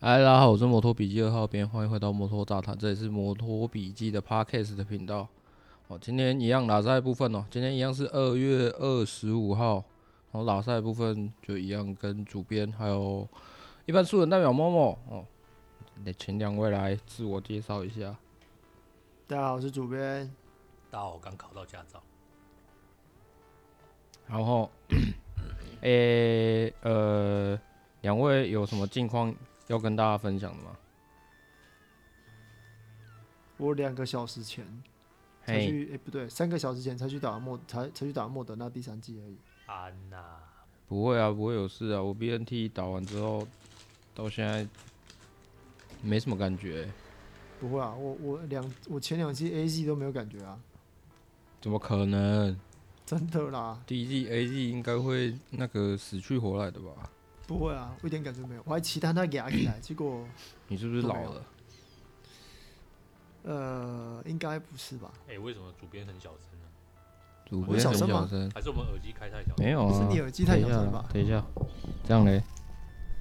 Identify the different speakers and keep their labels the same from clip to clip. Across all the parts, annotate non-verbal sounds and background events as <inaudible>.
Speaker 1: 嗨，大家好，我是摩托笔记二号编，欢迎回到摩托杂谈，这里是摩托笔记的 Podcast 的频道。哦，今天一样拉赛部分哦，今天一样是二月二十五号，然后拉赛部分就一样跟主编还有一般素人代表某某哦，来请两位来自我介绍一下。
Speaker 2: 大家好，啊我是主编。
Speaker 3: 大家好，我刚考到驾照，
Speaker 1: 然后， <coughs> 诶、呃，两位有什么近况要跟大家分享的吗？
Speaker 2: 我两个小时前才
Speaker 1: 嘿，
Speaker 2: 去，哎、不对，三个小时前才去打莫，才才去打莫德纳第三季而已。
Speaker 3: 安娜，
Speaker 1: 不会啊，不会有事啊。我 BNT 打完之后，到现在没什么感觉欸、
Speaker 2: 不会啊，我我两我前两季 A Z 都没有感觉啊，
Speaker 1: 怎么可能？
Speaker 2: 真的啦，
Speaker 1: 第一季 A G 应该会那个死去活来的吧？
Speaker 2: 不会啊，我一点感觉没有。我还期待它压起来，结果
Speaker 1: 你是不是
Speaker 2: 都
Speaker 1: 老
Speaker 2: 没有
Speaker 1: 了？
Speaker 2: 呃，应该不是吧？
Speaker 3: 哎、为什么主编很小声呢？
Speaker 1: 主
Speaker 2: 我
Speaker 1: 播
Speaker 2: 小
Speaker 1: 很
Speaker 2: 声吗
Speaker 1: 小声，
Speaker 3: 还是我们耳机开太小？
Speaker 1: 没有
Speaker 2: 是
Speaker 1: 啊？
Speaker 2: 你耳机太小声吧？
Speaker 1: 等一下，这样嘞，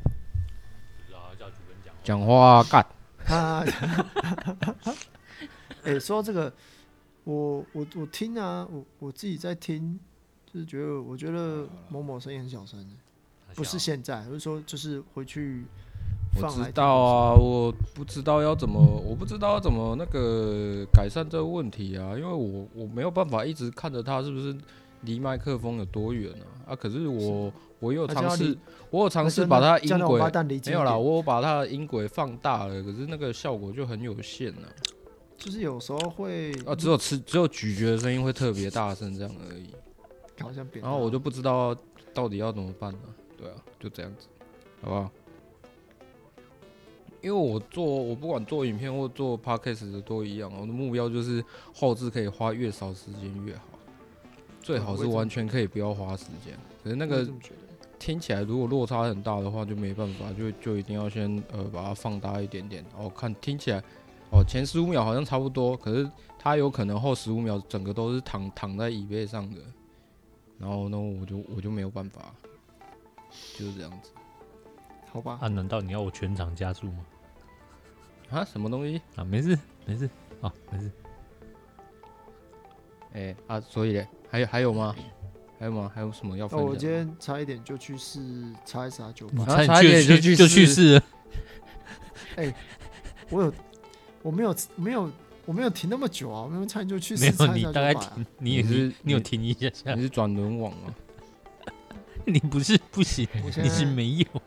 Speaker 3: 不知道叫主编讲话。
Speaker 1: 讲话啊干。
Speaker 2: 哈， <laughs> 哎、说到这个，我我我听啊，我我自己在听，就是觉得我觉得某某声音很小声、
Speaker 3: 他
Speaker 2: 不是
Speaker 3: 想
Speaker 2: 现在，我是说就是回去
Speaker 1: 我
Speaker 2: 放来
Speaker 1: 知
Speaker 2: 听
Speaker 1: 道啊，我不知道要怎么，我不知道要怎么那个改善这个问题啊，因为我我没有办法一直看着它是不是离麦克风有多远啊啊！可是我我有
Speaker 2: 那就要
Speaker 1: 尝试
Speaker 2: 离，
Speaker 1: 我有尝
Speaker 2: 那
Speaker 1: 试
Speaker 2: 就
Speaker 1: 把它
Speaker 2: 让
Speaker 1: 的音
Speaker 2: 叫那王
Speaker 1: 轨
Speaker 2: 八蛋离近
Speaker 1: 没有
Speaker 2: 一
Speaker 1: 啦，
Speaker 2: 点
Speaker 1: 我有把它的音轨放大了，可是那个效果就很有限了
Speaker 2: 就是有时候会
Speaker 1: 啊，只有吃只有咀嚼的声音会特别大声这样而已，
Speaker 2: 好像变大，
Speaker 1: 然后我就不知道到底要怎么办了、对啊，就这样子，好不好？因为我做我不管做影片或做 podcast 的都一样，啊我的目标就是后置可以花越少时间越好，最好是完全可以不要花时间。可是那
Speaker 2: 我也
Speaker 1: 个
Speaker 2: 这么觉得
Speaker 1: 听起来如果落差很大的话，就没办法，就就一定要先呃把它放大一点点。哦，看听起来，哦前十五秒好像差不多，可是它有可能后十五秒整个都是躺躺在椅背上的，然后呢我就我就没有办法，就是这样子
Speaker 2: 好吧。
Speaker 3: 啊？难道你要我全场加速吗？
Speaker 1: 啊，什么东西？
Speaker 3: 啊，没事没事啊，没事。
Speaker 1: 哎、啊，所以嘞，还有还有吗？还有吗？还有什么要
Speaker 2: 那
Speaker 1: 分享的？
Speaker 2: 哦我今天差一点就去试叉 S R 九
Speaker 3: 你
Speaker 2: 八，
Speaker 1: 啊
Speaker 3: 差
Speaker 1: 差一点
Speaker 3: 点
Speaker 1: 就去
Speaker 3: 就去就去
Speaker 1: 试
Speaker 3: 试了，
Speaker 2: 我有我没有没有我没有停那么久啊，我没有差点就去试
Speaker 3: 没
Speaker 2: 叉 S
Speaker 3: 有你
Speaker 2: R 九啊
Speaker 3: 大概
Speaker 2: 八。
Speaker 3: 停，你也
Speaker 1: 你是
Speaker 3: 是你有
Speaker 1: 你
Speaker 3: 停一下下，
Speaker 1: 你是转轮网吗？
Speaker 3: <laughs> 你不是不行，
Speaker 2: 我现
Speaker 3: 你是
Speaker 2: 在
Speaker 3: 没有。
Speaker 2: 我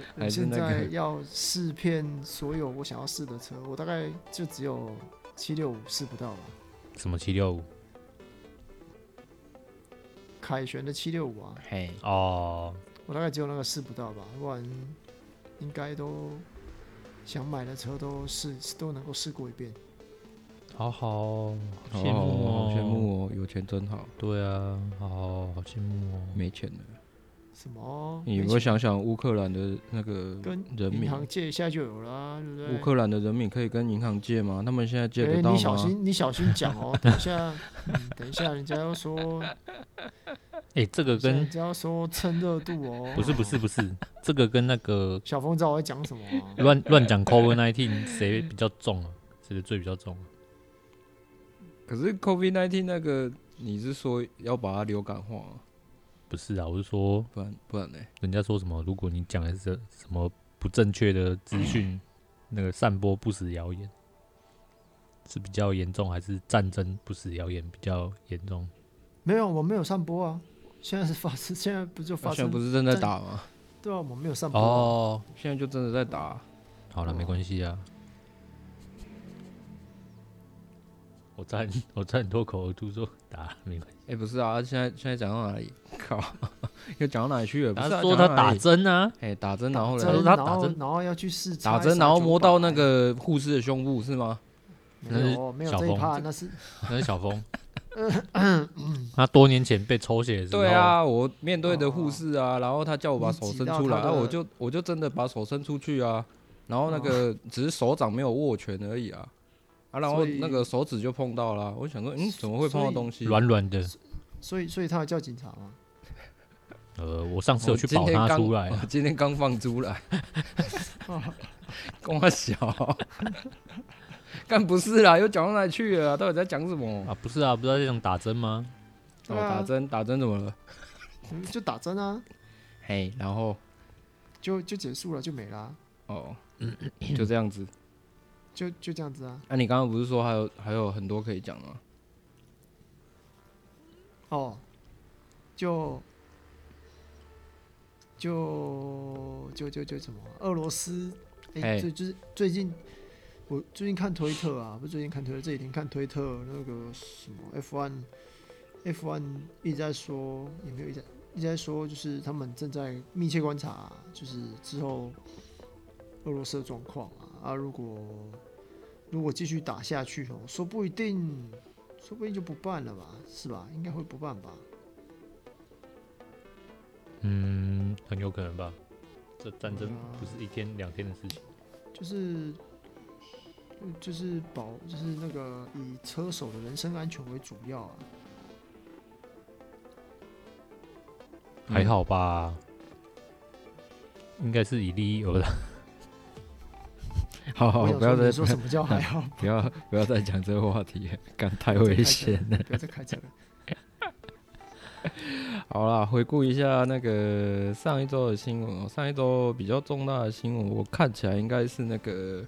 Speaker 1: <laughs> 还
Speaker 2: 我
Speaker 1: 是
Speaker 2: 现
Speaker 1: 那个
Speaker 2: 在要试遍所有我想要试的车，我大概就只有七六五试不到吧，
Speaker 3: 什么七六五？
Speaker 2: 凯旋的七六五啊，
Speaker 1: 嘿，
Speaker 3: 哦，
Speaker 2: 我大概只有那个试不到吧，不然应该都想买的车都试都能够试过一遍。
Speaker 3: 好好哦，好羡
Speaker 1: 好好
Speaker 3: 慕
Speaker 1: 好
Speaker 3: 哦，
Speaker 1: 好羡。慕哦，有钱真好，
Speaker 3: 对啊，好好好羡慕哦。
Speaker 1: 没钱的。
Speaker 2: 什么？
Speaker 1: 你有
Speaker 2: 没
Speaker 1: 没有
Speaker 2: 钱
Speaker 1: 想想乌克兰的那个
Speaker 2: 跟
Speaker 1: 人民
Speaker 2: 银？行借一下就有了啊、对不对？
Speaker 1: 乌克兰的人民可以跟银行借吗？他们现在借得到吗？
Speaker 2: 哎你小心，你小心讲
Speaker 1: <laughs>
Speaker 2: 哦，等一下，嗯等一下，人家要说，
Speaker 3: 哎，这个
Speaker 2: 等一下
Speaker 3: 跟
Speaker 2: 人家要说蹭热度哦。
Speaker 3: 不是不是，不是，这个跟那个
Speaker 2: 小峰知道我在讲什么啊、
Speaker 1: <laughs>
Speaker 3: 乱乱讲 COVID nineteen 谁比较重啊？谁的罪比较重啊？
Speaker 1: 可是 COVID nineteen 那个，你是说要把它流感化啊，
Speaker 3: 不是啊，我是说，
Speaker 1: 不然不然呢？
Speaker 3: 人家说什么，如果你讲的是什么不正确的资讯，那个散播不实谣言，是比较严重，还是战争不实谣言比较严重？
Speaker 2: 没有，我没有上播啊。现在是发生，现在不就
Speaker 1: 啊
Speaker 2: 发
Speaker 1: 现在
Speaker 2: 生？
Speaker 1: 不是正在打吗？
Speaker 2: 对啊，我没有上播、啊。
Speaker 3: 哦，
Speaker 1: 现在就真的在打啊。
Speaker 3: 好了，没关系啊。我差点我差点脱口而出说打没关系，
Speaker 1: 哎，不是啊，现在现在讲到哪里？ <laughs> 靠，又讲到哪里去了？不是啊
Speaker 3: 他说他，
Speaker 1: 讲到哪
Speaker 3: 打
Speaker 1: 里
Speaker 3: 针啊，
Speaker 1: 哎，打针，然后
Speaker 2: 针
Speaker 1: 嘞，
Speaker 3: 说他
Speaker 2: 然
Speaker 3: 打
Speaker 2: 后
Speaker 3: 针
Speaker 2: 然后要去试
Speaker 1: 打针，
Speaker 2: 叉
Speaker 1: 然后
Speaker 2: SR900
Speaker 1: 摸到那个护士的胸部是吗？
Speaker 3: 那
Speaker 2: 没
Speaker 3: 是
Speaker 2: 有没有
Speaker 3: 小
Speaker 2: 这一
Speaker 3: 峰
Speaker 2: 趴，那是
Speaker 3: 那是
Speaker 1: <laughs>
Speaker 3: 小峰。他多年前被抽血的时候，
Speaker 1: 对啊，我面对的护
Speaker 2: 哦
Speaker 1: 士啊，然后他叫我把
Speaker 2: 你
Speaker 1: 手
Speaker 2: 挤
Speaker 1: 伸
Speaker 2: 到
Speaker 1: 出来，
Speaker 2: 他
Speaker 1: 啊，
Speaker 2: 的
Speaker 1: 我就我就真的把手伸出去啊，然后那
Speaker 2: 哦
Speaker 1: 个只是手掌没有握拳而已啊，啊，然后
Speaker 2: 所以
Speaker 1: 那个手指就碰到了，啊我想说，嗯，怎么会碰
Speaker 2: 所
Speaker 1: 到
Speaker 2: 以
Speaker 1: 东西？
Speaker 3: 软软的，
Speaker 2: 所以所以他有叫警察吗？
Speaker 3: 呃，我上次有
Speaker 1: 我
Speaker 3: 去
Speaker 1: 哦今
Speaker 3: 保
Speaker 1: 天
Speaker 3: 他
Speaker 1: 刚哦
Speaker 3: 出来啊，
Speaker 1: 我今天刚放出
Speaker 2: <laughs>
Speaker 1: 来，跟我小，干不是啦，又讲到哪里去了啊？到底在讲什么？
Speaker 3: <laughs> 啊，不是啊，不是在讲打针吗？
Speaker 1: 哦，
Speaker 2: 对啊
Speaker 1: 打针，打针怎么了？
Speaker 2: 嗯 <laughs> 就打针啊，
Speaker 1: 嘿，然后
Speaker 2: 就就结束了，就没啦、
Speaker 1: 哦，
Speaker 2: <clears throat>
Speaker 1: 就这样子。
Speaker 2: 就就这样子啊。
Speaker 1: 那、你刚刚不是说还有还有很多可以讲的吗？
Speaker 2: 哦，就就就就就什么啊俄罗斯，哎、
Speaker 1: 嘿
Speaker 2: 最就是最近我最近看推特啊，不是最近看推特，这几天看推特那个什么 F1 F1 一直在说，也没有一直在一直在说，就是他们正在密切观察、就是之后俄罗斯的状况啊，啊如果如果继续打下去哦，说不一定。说不定就不办了吧，是吧？应该会不办吧？
Speaker 3: 嗯，很有可能吧。这战争
Speaker 2: 嗯啊
Speaker 3: 不是一天两天的事情。
Speaker 2: 就是呃就是保就是那个以车手的人身安全为主要啊。
Speaker 1: 嗯
Speaker 3: 还好吧，应该是以利益而来。
Speaker 1: 嗯好好，
Speaker 2: 我想
Speaker 1: 哦不要
Speaker 2: 说
Speaker 1: 再
Speaker 2: 你说什么叫还好，
Speaker 1: <laughs> 不要不要再讲这个话题 <laughs> 了，干太
Speaker 2: 不要再
Speaker 1: 危
Speaker 2: 开
Speaker 1: 险
Speaker 2: <laughs>
Speaker 1: 了。
Speaker 2: 车了，不要再开
Speaker 1: <laughs>
Speaker 2: 车了。
Speaker 1: 好啦，回顾一下那个上一周的新闻哦、上一周比较重大的新闻，我看起来应该是那个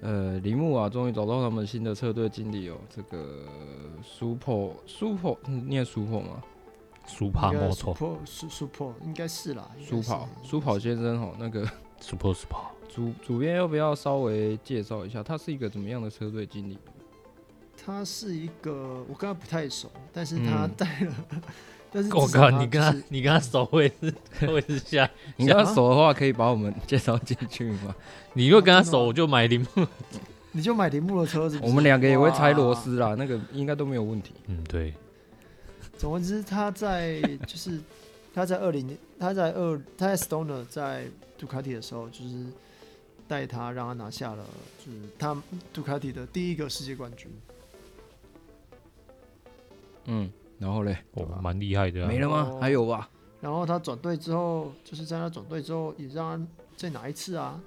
Speaker 1: 呃铃木啊，终于找到他们新的车队经理哦、这个 Super Super 嗯念 Super 吗？
Speaker 3: 苏帕莫托，
Speaker 2: 破苏苏破应该是啦，应该
Speaker 1: 苏
Speaker 2: 是
Speaker 1: 跑苏跑先生哦、那个
Speaker 3: 苏破苏跑，
Speaker 1: 主主编要不要稍微介绍一下，他是一个怎么样的车队经理？
Speaker 2: 他是一个我跟他不太熟，但是他
Speaker 1: 嗯
Speaker 2: 带了， <laughs> 但是
Speaker 3: 我
Speaker 2: 至少
Speaker 3: 靠，你
Speaker 2: 就
Speaker 3: 跟他
Speaker 2: 是
Speaker 3: 你跟他手位置位置下，
Speaker 2: 啊
Speaker 1: 你跟他熟的话，可以把我们介绍进去吗？
Speaker 3: 你如果跟他
Speaker 2: 真的吗
Speaker 3: 熟，我就买铃木。
Speaker 2: 你就买铃木的车子，
Speaker 1: 我们两个也会拆螺
Speaker 2: 哇
Speaker 1: 丝啦，那个应该都没有问题。
Speaker 3: 嗯，对，
Speaker 2: 总而言之，他在就是他在二零年，他在二他在 Stoner 在杜卡迪的时候，就是带他让他拿下了就是他杜卡迪的第一个世界冠军。
Speaker 1: 嗯，然后嘞，
Speaker 3: 我
Speaker 2: 对吧
Speaker 3: 蛮厉害的啊。
Speaker 1: 没了吗
Speaker 2: 哦？
Speaker 1: 还有吧？
Speaker 2: 然后他转队之后，就是在他转队之后，也让他再拿一次啊，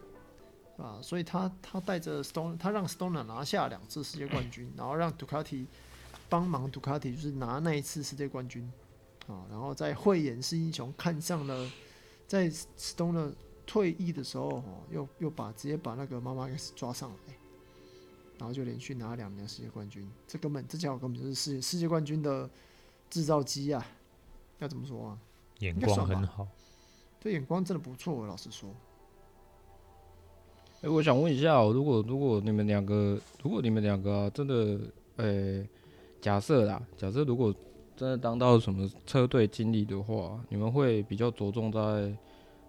Speaker 2: 啊，所以他他带着 Stone，他让 Stoner 拿下两次世界冠军，然后让杜卡迪帮忙杜卡迪就是拿那一次世界冠军啊，然后在慧眼识英雄看上了，在 Stoner 退役的时候，哦，又又把直接把那个妈妈给抓上来。然后就连续拿两年世界冠军，这根本这家伙根本就是世界世界冠军的制造机啊！要怎么说啊？
Speaker 3: 眼
Speaker 2: 应该
Speaker 3: 光
Speaker 2: 算吧
Speaker 3: 很好。
Speaker 2: 这眼光真的不错，老实说。
Speaker 1: 哎、我想问一下、哦，如果如果你们两个，如果你们两个啊、真的，呃、假设啦，假设如果真的当到什么车队经理的话，你们会比较着重在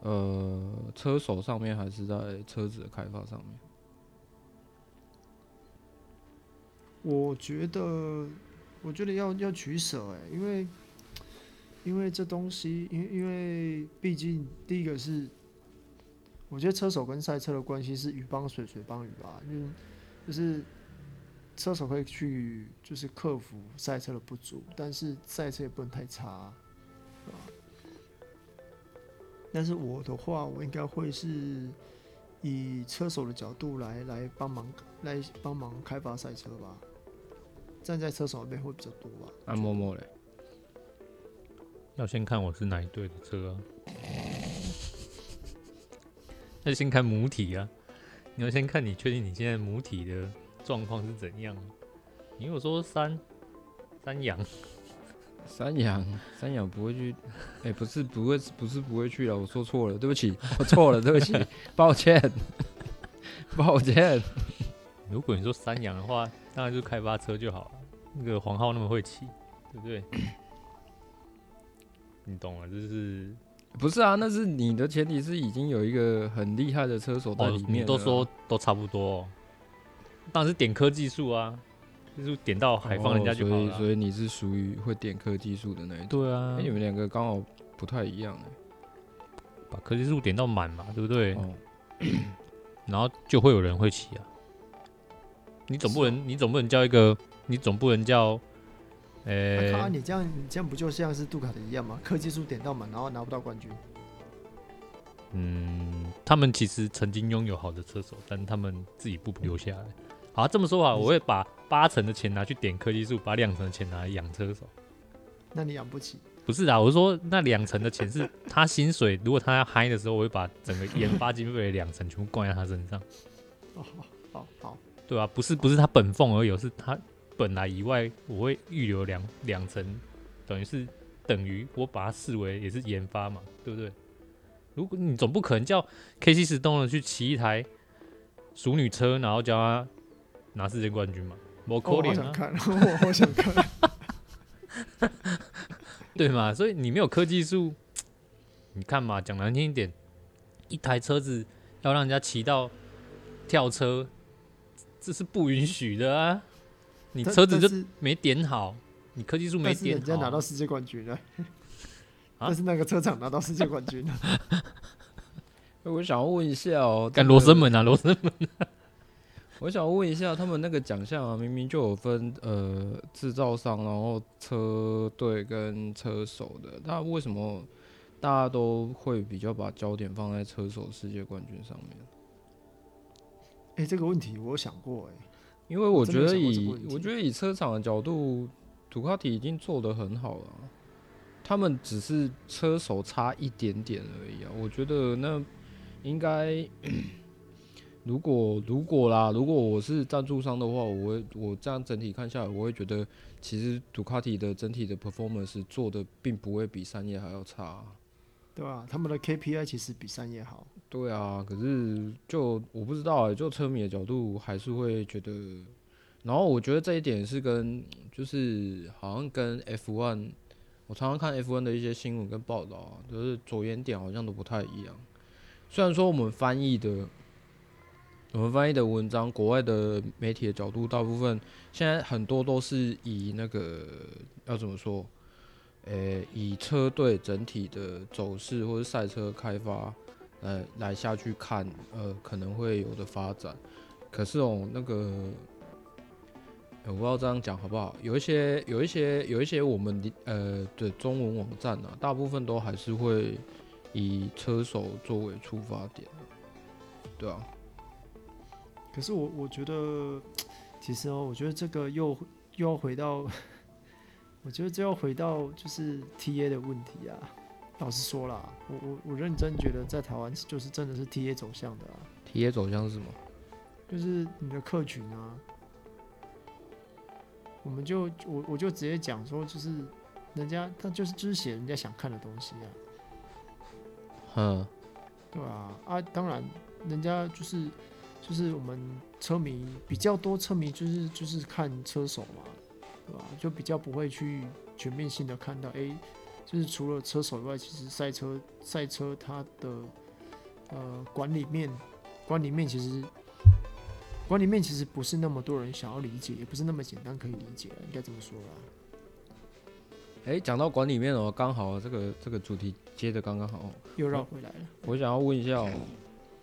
Speaker 1: 呃车手上面，还是在车子的开发上面？
Speaker 2: 我觉得，我觉得要要取舍哎、因为因为这东西，因为因为毕竟第一个是，我觉得车手跟赛车的关系是鱼帮水，水帮鱼吧，因为就是车手可以去就是克服赛车的不足，但是赛车也不能太差啊。对吧但是我的话，我应该会是以车手的角度来来帮忙来帮忙开发赛车吧，站在车手那边会比较多吧。
Speaker 1: 按默默嘞，
Speaker 3: 要先看我是哪一队的车啊。要先看母体啊，你要先看你确定你现在母体的状况是怎样啊。你如果说山山羊，
Speaker 1: 三羊，三羊不会去，哎、不是不会，不是不会去了，我说错了，对不起，我错了，对不
Speaker 3: <laughs>
Speaker 1: 起，抱歉，抱歉，
Speaker 3: 如果你说三羊的话，当然就开发车就好了。那个黄浩那么会骑，对不 <coughs> 对？你懂了，就是
Speaker 1: 不是啊，那是你的前提是已经有一个很厉害的车手在
Speaker 3: 哦
Speaker 1: 里，面、啊
Speaker 3: 你都说。都差不多、哦，当然是点科技术啊，就是点到海放人家就好
Speaker 1: 哦
Speaker 3: 了
Speaker 1: 所以
Speaker 3: 啊、
Speaker 1: 所以你是属于会点科技树的那一种。
Speaker 3: 对啊
Speaker 1: 哎、，你们两个刚好不太一样欸
Speaker 3: 把科技树点到满嘛，对不
Speaker 1: 哎、
Speaker 3: 对？
Speaker 1: 哦，
Speaker 3: 然后就会有人会骑啊。你总不能，你总不能叫一个，你总不能叫呃、
Speaker 2: 那看来你这样，你这样不就像是杜卡迪一样吗？科技树点到满，然后拿不到冠军。
Speaker 3: 嗯，他们其实曾经拥有好的车手，但他们自己不留下来。好、这么说吧，我会把八成的钱拿去点科技树，把两成的钱拿来养车手。
Speaker 2: 那你养不起，
Speaker 3: 不是啊，我是说那两成的钱是他薪水，如果他要嗨的时候，我会把整个研发经费的两成全部灌在他身上，
Speaker 2: 哦，好好，
Speaker 3: 对吧、不是不是他本俸而有，是他本来以外，我会预留两两成，等于是等于我把它视为也是研发嘛，对不对？如果你总不可能叫 K C 史东的去骑一台熟女车，然后叫他拿世界冠军嘛？我
Speaker 2: 哦
Speaker 3: 扣
Speaker 2: 我好
Speaker 3: 脸
Speaker 2: 想
Speaker 3: 啊，
Speaker 2: 看， <laughs> 我好想看。
Speaker 3: 对嘛？所以你没有科技树，你看嘛，讲难听一点，一台车子要让人家骑到跳车，这是不允许的啊！你
Speaker 2: 但
Speaker 3: 车子
Speaker 2: 但
Speaker 3: 就是没点好，你科技树没
Speaker 2: 但是
Speaker 3: 点
Speaker 2: 人家
Speaker 3: 好，啊
Speaker 2: 拿到世界冠军了，但是那个车厂拿到世界冠军了。 <laughs>
Speaker 1: 哎我想要问一下哦，
Speaker 3: <laughs> 干
Speaker 1: 这
Speaker 3: 罗
Speaker 1: 个
Speaker 3: 生门啊，罗生门，
Speaker 1: 我想问一下，他们那个奖项啊，明明就有分呃制造商，然后车队跟车手的，那为什么大家都会比较把焦点放在车手世界冠军上面？
Speaker 2: 哎、这个问题我有想过、哎，
Speaker 1: 因为我
Speaker 2: 真
Speaker 1: 觉
Speaker 2: 的
Speaker 1: 得
Speaker 2: 有想过
Speaker 1: 以
Speaker 2: 这个问题
Speaker 1: 我觉得以车厂的角度，杜卡迪已经做得很好了啊、他们只是车手差一点点而已啊。我觉得那应该，如果如果啦，如果我是赞助商的话，我会我这样整体看下来，我会觉得其实杜卡迪的整体的 performance 做的并不会比三叶还要差啊、
Speaker 2: 对吧、他们的 KPI 其实比三叶好，
Speaker 1: 对啊，可是就我不知道哎、就车迷的角度还是会觉得，然后我觉得这一点是跟就是好像跟 F1，我常常看 F1 的一些新闻跟报道啊，就是着眼点好像都不太一样。虽然说我们翻译的，我们翻译的文章，国外的媒体的角度，大部分现在很多都是以那个要怎么说，呃、以车队整体的走势或者赛车开发。呃来下去看，呃可能会有的发展。可是哦，那个、呃我不知道这样讲好不好？有一些有一些有一些我们的呃的中文网站啊，大部分都还是会以车手作为出发点，对啊，
Speaker 2: 可是我我觉得，其实哦，我觉得这个又又要回到， <laughs> 我觉得这要回到就是 TA 的问题啊。老实说啦，我我我认真觉得在台湾就是真的是 TA 走向的啊，
Speaker 1: 体验走向是什么？
Speaker 2: 就是你的客群啊。我们就我我就直接讲说，就是人家他就是就是写人家想看的东西啊。
Speaker 1: 哼，
Speaker 2: 对啊，啊，当然，人家就是就是我们车迷比较多，车迷就是就是看车手嘛，对吧、就比较不会去全面性的看到，诶，就是除了车手以外，其实赛车赛车它的呃管理面管理面其实管理面其实不是那么多人想要理解，也不是那么简单可以理解，应该这么说啦。
Speaker 1: 诶，讲到管理面哦，刚好这个这个主题接的刚刚好哦。
Speaker 2: 又绕回来了，
Speaker 1: 我想要问一下、哦，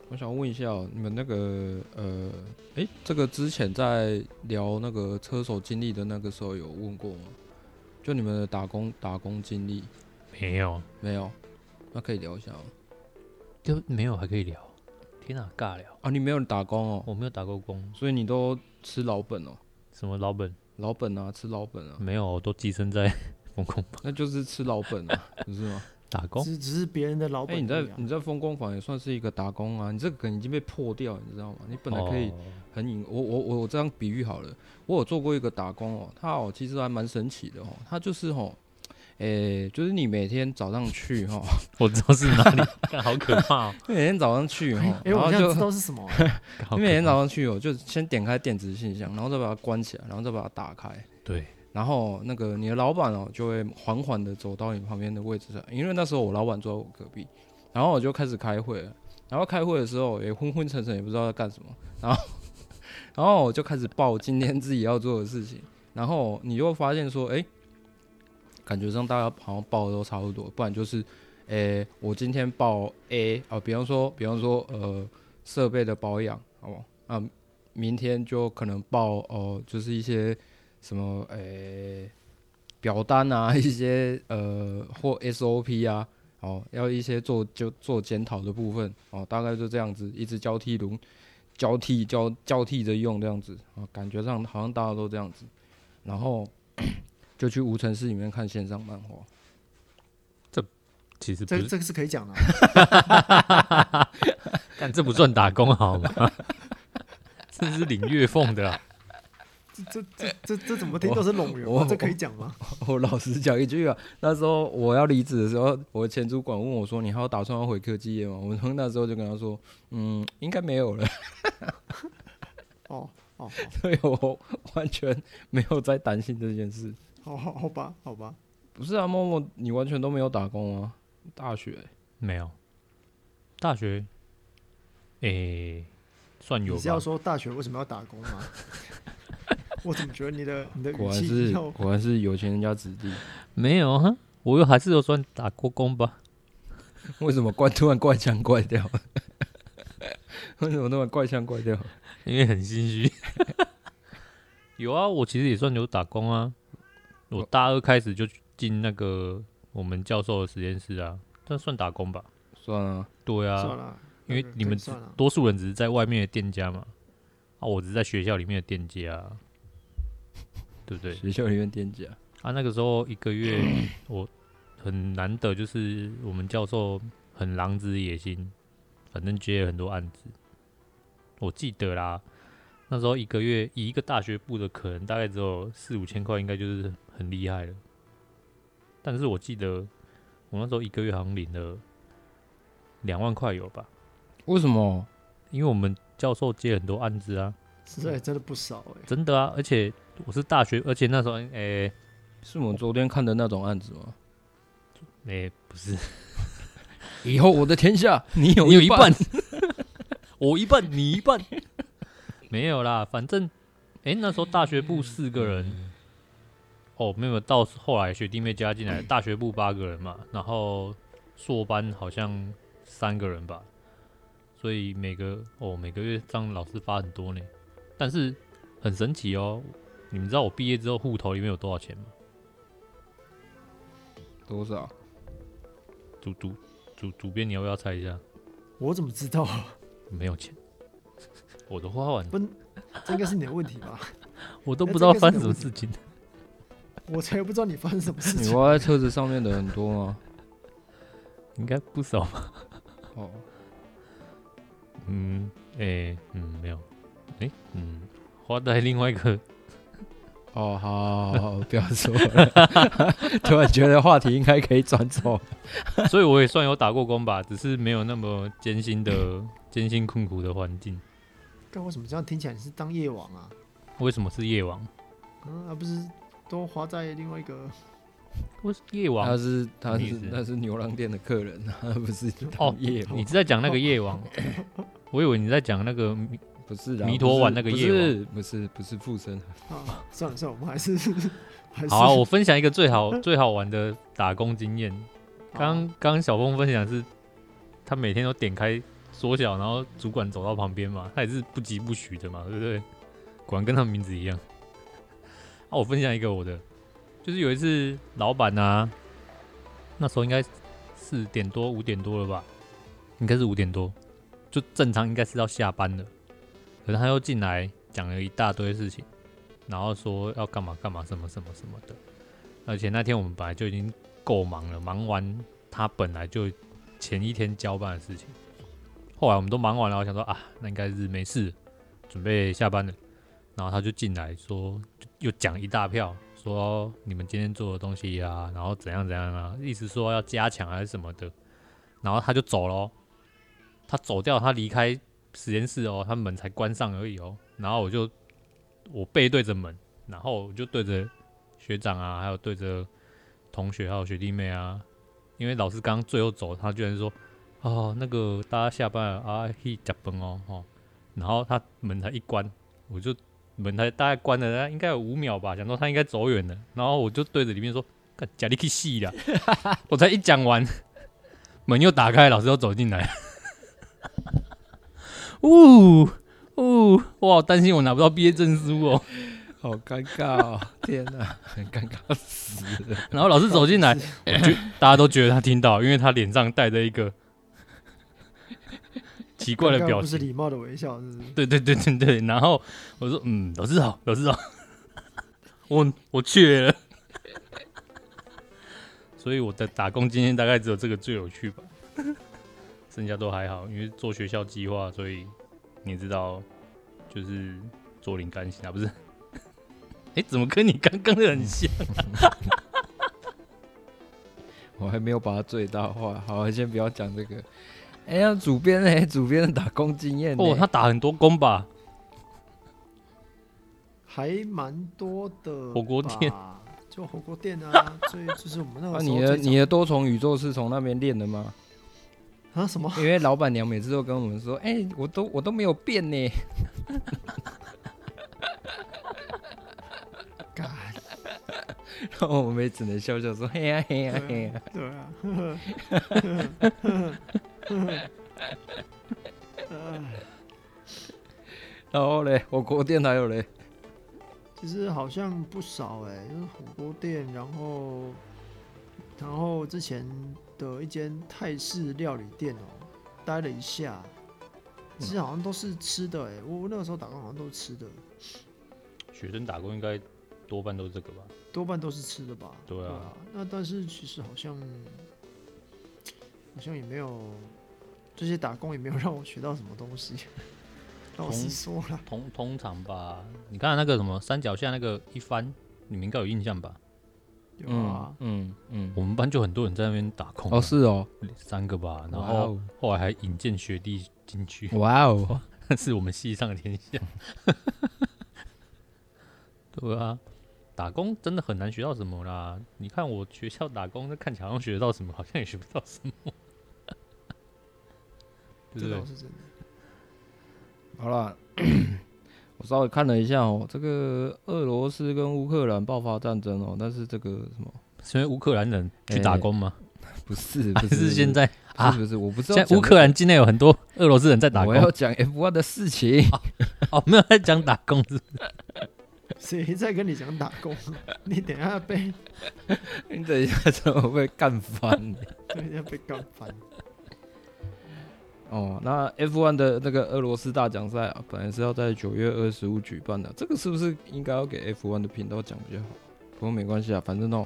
Speaker 1: 我想要问一下、哦，你们那个呃，诶，这个之前在聊那个车手经历的那个时候有问过吗？就你们的打工打工经历
Speaker 3: 没有，
Speaker 1: 没有？那可以聊一下哦。
Speaker 3: 就没有还可以聊。天啊，尬聊！
Speaker 1: 啊，你没有打工哦，
Speaker 3: 我没有打过工，
Speaker 1: 所以你都吃老本哦，
Speaker 3: 什么老本
Speaker 1: 老本啊，吃老本啊，
Speaker 3: 没有，我都寄生在风控吧
Speaker 1: 那就是吃老本啊，不是吗？
Speaker 3: 打工。
Speaker 2: 只只是别人的老
Speaker 1: 哎、
Speaker 2: 板、啊
Speaker 1: 你在你在风工坊也算是一个打工啊，你这个梗已经被破掉，你知道吗？你本来可以
Speaker 3: 哦
Speaker 1: 很隐，我我我我这样比喻好了，我有做过一个打工哦，他哦其实还蛮神奇的哦，他就是哦，诶、就是你每天早上去哈、哦，
Speaker 3: 我知道是哪 <laughs> 里，干好可怕哦！
Speaker 1: 每天早上去哈、哦，
Speaker 2: 哎、
Speaker 1: 然
Speaker 2: 我好
Speaker 1: 后
Speaker 2: 像
Speaker 1: 就
Speaker 2: 知道是什么啊、
Speaker 3: 干好
Speaker 1: 你
Speaker 3: 可
Speaker 1: 每天
Speaker 3: 怕
Speaker 1: 早上去哦，就先点开电子信箱，然后再把它关起来，然后再把它打开，
Speaker 3: 对，
Speaker 1: 然后那个你的老板哦，就会缓缓的走到你旁边的位置上，因为那时候我老板坐在我隔壁，然后我就开始开会了，然后开会的时候也昏昏沉沉，也不知道在干什么，然后 <laughs> 然后我就开始报今天自己要做的事情，然后你就会发现说，哎，感觉上大家好像报的都差不多，不然就是，诶，我今天报 A 啊、比方说，比方说，呃，设备的保养，好不好？啊，哦明天就可能报哦、就是一些什么，诶、表单啊，一些呃或 SOP 啊，哦，要一些做就做检讨的部分哦，大概就这样子，一直交替轮交替交交替着用这样子啊、哦，感觉上好像大家都这样子，然后 <coughs> 就去无尘室里面看线上漫画， <laughs>
Speaker 3: 其实不
Speaker 2: 这
Speaker 3: 是，
Speaker 2: 这个是可以讲的啊、
Speaker 3: 但这不算打工好 <laughs> 吗？这是领月俸的、啊，
Speaker 2: 这这这这怎么听都是冗员
Speaker 1: 我
Speaker 2: 嘛，这可以讲吗？
Speaker 1: 我老实讲一句啊，那时候我要离职的时候，我前主管问我说：“你还有打算要回科技业吗？”我从那时候就跟他说：“嗯，应该没有了。
Speaker 2: 哦哦”
Speaker 1: 所以 <laughs> 我完全没有在担心这件事。
Speaker 2: 好好好吧好吧，
Speaker 1: 不是啊，默默，你完全都没有打工啊？大学
Speaker 3: 没有。大学，诶、算有
Speaker 2: 你是
Speaker 3: 吧
Speaker 2: 要。说大学为什么要打工吗？ <laughs> 我怎么觉得你的你的
Speaker 1: 果
Speaker 2: 语
Speaker 1: 然
Speaker 2: 气
Speaker 1: 是
Speaker 2: 要
Speaker 1: 果然是有钱人家子弟。
Speaker 3: 没有啊，我又还是有算打过工吧。
Speaker 1: 为什么怪突然怪腔怪调？ <laughs> 为什么突然怪腔怪调？
Speaker 3: 因为很心虚。 <laughs> 有啊，我其实也算有打工啊。我大二开始就进那个我们教授的实验室啊，这算打工吧？
Speaker 1: 算啊，
Speaker 3: 对啊，
Speaker 2: 算了，
Speaker 3: 因为
Speaker 2: 那个
Speaker 3: 你们
Speaker 2: 可以算了，
Speaker 3: 多数人只是在外面的店家嘛，啊，我只是在学校里面的店家、啊，对不对？
Speaker 1: 学校里面店家
Speaker 3: 啊，那个时候一个月我很难得，就是我们教授很狼子野心，反正接了很多案子。我记得啦，那时候一个月以一个大学部的可能大概只有四五千块，应该就是很厉害了。但是我记得我那时候一个月好像领了两万块有吧，
Speaker 1: 为什么？
Speaker 3: 因为我们教授接很多案子啊，
Speaker 2: 实在真的不少哎、
Speaker 3: 真的啊，而且我是大学，而且那时候诶。
Speaker 1: 是我们昨天看的那种案子吗？
Speaker 3: 诶、不是，
Speaker 1: 以后我的天下，你有
Speaker 3: 你 <laughs> 有一
Speaker 1: 半
Speaker 3: 半，我一半，你一半，没有啦，反正，诶，那时候大学部四个人，哦，没有，到后来学弟妹加进 <coughs> 来，大学部八个人嘛，然后硕班好像三个人吧，所以每个哦每个月这样老师发很多呢，但是很神奇哦，你们知道我毕业之后户头里面有多少钱吗？
Speaker 1: 多少？
Speaker 3: 主主主主编，你要不要猜一下？
Speaker 2: 我怎么知道？
Speaker 3: 没有 <laughs> 钱，我都花完了，
Speaker 2: 不，这应该是你的问题吧？
Speaker 3: 我都
Speaker 2: 那
Speaker 3: 不
Speaker 2: 哎这
Speaker 3: 知
Speaker 2: 个
Speaker 3: 道
Speaker 2: 是
Speaker 3: 发
Speaker 2: 你的
Speaker 3: 生什么
Speaker 2: 问题
Speaker 3: 事情。
Speaker 2: 我才不知道你发生什么事
Speaker 1: 你
Speaker 2: 情。
Speaker 1: 挖在车子上面的很多吗？
Speaker 3: 应该不少吧？
Speaker 1: 哦，
Speaker 3: 嗯，诶、嗯，没有，诶、嗯，花在另外一个，
Speaker 1: 哦，好好，好好，不要说了。 <laughs> 突然觉得话题应该可以转走。
Speaker 3: 所以我也算有打过工吧，只是没有那么艰辛 <laughs> 的、艰辛困苦的环境。
Speaker 2: 但为什么这样听起来你是当夜王啊？
Speaker 3: 为什么是夜王？
Speaker 2: 嗯，而不是都花在另外一个
Speaker 3: 为什夜
Speaker 1: 他
Speaker 3: 王？
Speaker 1: 是他
Speaker 3: 你
Speaker 1: 是
Speaker 3: 是
Speaker 1: 那是牛郎店的客人，他 <laughs> 不是
Speaker 3: 哦
Speaker 1: 当夜王
Speaker 3: 你是在讲那个夜王？ <laughs> 我以为你在讲那个迷
Speaker 1: 不是啦
Speaker 3: 弥陀
Speaker 1: 不是
Speaker 3: 丸那个哦夜
Speaker 1: 不是
Speaker 3: 王
Speaker 1: 不是不是附身，
Speaker 2: 啊？算了算了，我们还是 <laughs> 还是
Speaker 3: 好、啊，我分享一个最好最好玩的打工经验。
Speaker 2: 啊
Speaker 3: 刚刚小峰分享是，他每天都点开缩小，然后主管走到旁边嘛，他也是不疾不徐的嘛，对不对？果然跟他们名字一样。 <laughs> 啊，我分享一个我的，就是有一次老板啊，那时候应该四点多五点多了吧，应该是五点多，就正常应该是要下班了，可是他又进来讲了一大堆事情。然后说要干嘛干嘛什么什么什么的。而且那天我们本来就已经够忙了，忙完他本来就前一天交办的事情，后来我们都忙完了，我想说啊，那应该是没事，准备下班了。然后他就进来说，就又讲一大票，说你们今天做的东西呀、然后怎样怎样啊，意思说要加强还是什么的。然后他就走了哦、他走掉，他离开实验室哦，他门才关上而已哦。然后我就我背对着门，然后我就对着学长啊，还有对着同学还有学弟妹啊，因为老师刚刚最后走，他居然说：“哦，那个大家下班了啊，去加班哦。”哦，然后他门才一关，我就门才大概关了，大概应该有五秒吧，想说他应该走远了，然后我就对着里面说：“干，假力去戏啦！” <laughs> 我才一讲完，门又打开，老师又走进来，呜、哦。哦，我好担心我拿不到毕业证书哦。
Speaker 1: 好尴尬哦！ <laughs> 天哪，很尴尬死了。
Speaker 3: 然后老师走进
Speaker 2: <laughs>
Speaker 3: 来，我觉大家都觉得他听到，因为他脸上带着
Speaker 2: <laughs>
Speaker 3: 一个奇怪的
Speaker 2: 刚刚
Speaker 3: 表
Speaker 2: 不是
Speaker 3: 情。
Speaker 2: 礼貌的微笑，是不是？
Speaker 3: 对对对对对，然后我说嗯，老师好，老师好，我我去了，所以我的打工经验大概只有这个最有趣吧，剩下都还好，因为做学校计划，所以你也知道，就是做零干型啊，不是？ <laughs> 哎、怎么跟你刚刚的很像？
Speaker 1: 我还没有把它最大化。好，先不要讲这个。哎、呀，主编呢？主编的打工经验呢
Speaker 3: 哦，他打很多工吧？
Speaker 2: 还蛮多的
Speaker 3: 火锅店
Speaker 2: 吧，就火锅店
Speaker 3: <laughs>
Speaker 2: 啊，最就是我们那
Speaker 1: 那、
Speaker 2: 个时候
Speaker 1: 你
Speaker 2: 最
Speaker 1: 的
Speaker 2: 早
Speaker 1: 你的多重宇宙是从那边练的吗？
Speaker 2: 啊
Speaker 1: <laughs>
Speaker 2: 什么？
Speaker 1: 因为老板娘每次都跟我们说：“哎、我都我都没有变 <laughs> 呢。
Speaker 2: 干”
Speaker 1: <laughs> 然后我们也只能笑笑说：“嘿呀、嘿呀、嘿呀、
Speaker 2: 对啊，
Speaker 1: 然后嘞，火锅店还有嘞，
Speaker 2: 其实好像不少哎、就是火锅店，然后然后之前的一间泰式料理店哦、待了一下，其实好像都是吃的哎、我我那个时候打工好像都是吃的，
Speaker 3: 学生打工应该多半都是
Speaker 1: <laughs>
Speaker 3: 这个吧？
Speaker 2: 多半都是吃的吧？
Speaker 3: 对啊
Speaker 2: 那但是其实好像好像也没有这些打工也没有让我学到什么东西， <laughs> 老实说
Speaker 3: 从
Speaker 1: 啊
Speaker 2: 了。
Speaker 3: 通通常吧，你看那个什么山脚下那个一翻，你们应该有印象吧？
Speaker 2: 有啊
Speaker 1: 嗯，嗯嗯，
Speaker 3: 我们班就很多人在那边打工啊，
Speaker 1: 哦是哦，
Speaker 3: 三个吧，然
Speaker 1: 哇
Speaker 3: 后
Speaker 1: 哦
Speaker 3: 后来还引荐学弟进去，
Speaker 1: 哇哦，
Speaker 3: <laughs> 是我们系上的天下。 <laughs> 对啊，打工真的很难学到什么啦。你看我学校打工，那看起来好像学得到什么，好像也学不到什么， <laughs>
Speaker 2: 这
Speaker 3: 对嗯不对
Speaker 2: 倒？是真的。 <laughs>
Speaker 1: 好啦， <coughs> 我稍微看了一下哦，这个俄罗斯跟乌克兰爆发战争哦，但是这个什么
Speaker 3: 是因为乌克兰人
Speaker 1: 哎
Speaker 3: 去打工吗？
Speaker 1: 不是
Speaker 3: 还
Speaker 1: 不
Speaker 3: <laughs> 是现在
Speaker 1: 不是
Speaker 3: 啊？
Speaker 1: 不是，我不知道
Speaker 3: 现在乌克兰境内有很多俄罗斯人在打
Speaker 1: 兰我，
Speaker 3: 工
Speaker 1: 要讲 F1 的事情，
Speaker 3: <laughs> 哦，没有在讲打工是不是
Speaker 2: 谁在跟你讲打工？ <laughs> 你等一下被 <laughs>
Speaker 1: 你等一下怎么会干翻呢？ <laughs>
Speaker 2: 等一下被干翻。
Speaker 1: 哦，那 F1 的那个俄罗斯大奖赛啊，本来是要在九月二十五举办的，这个是不是应该要给 F1 的频道讲比较好？不过没关系啊，反正哦，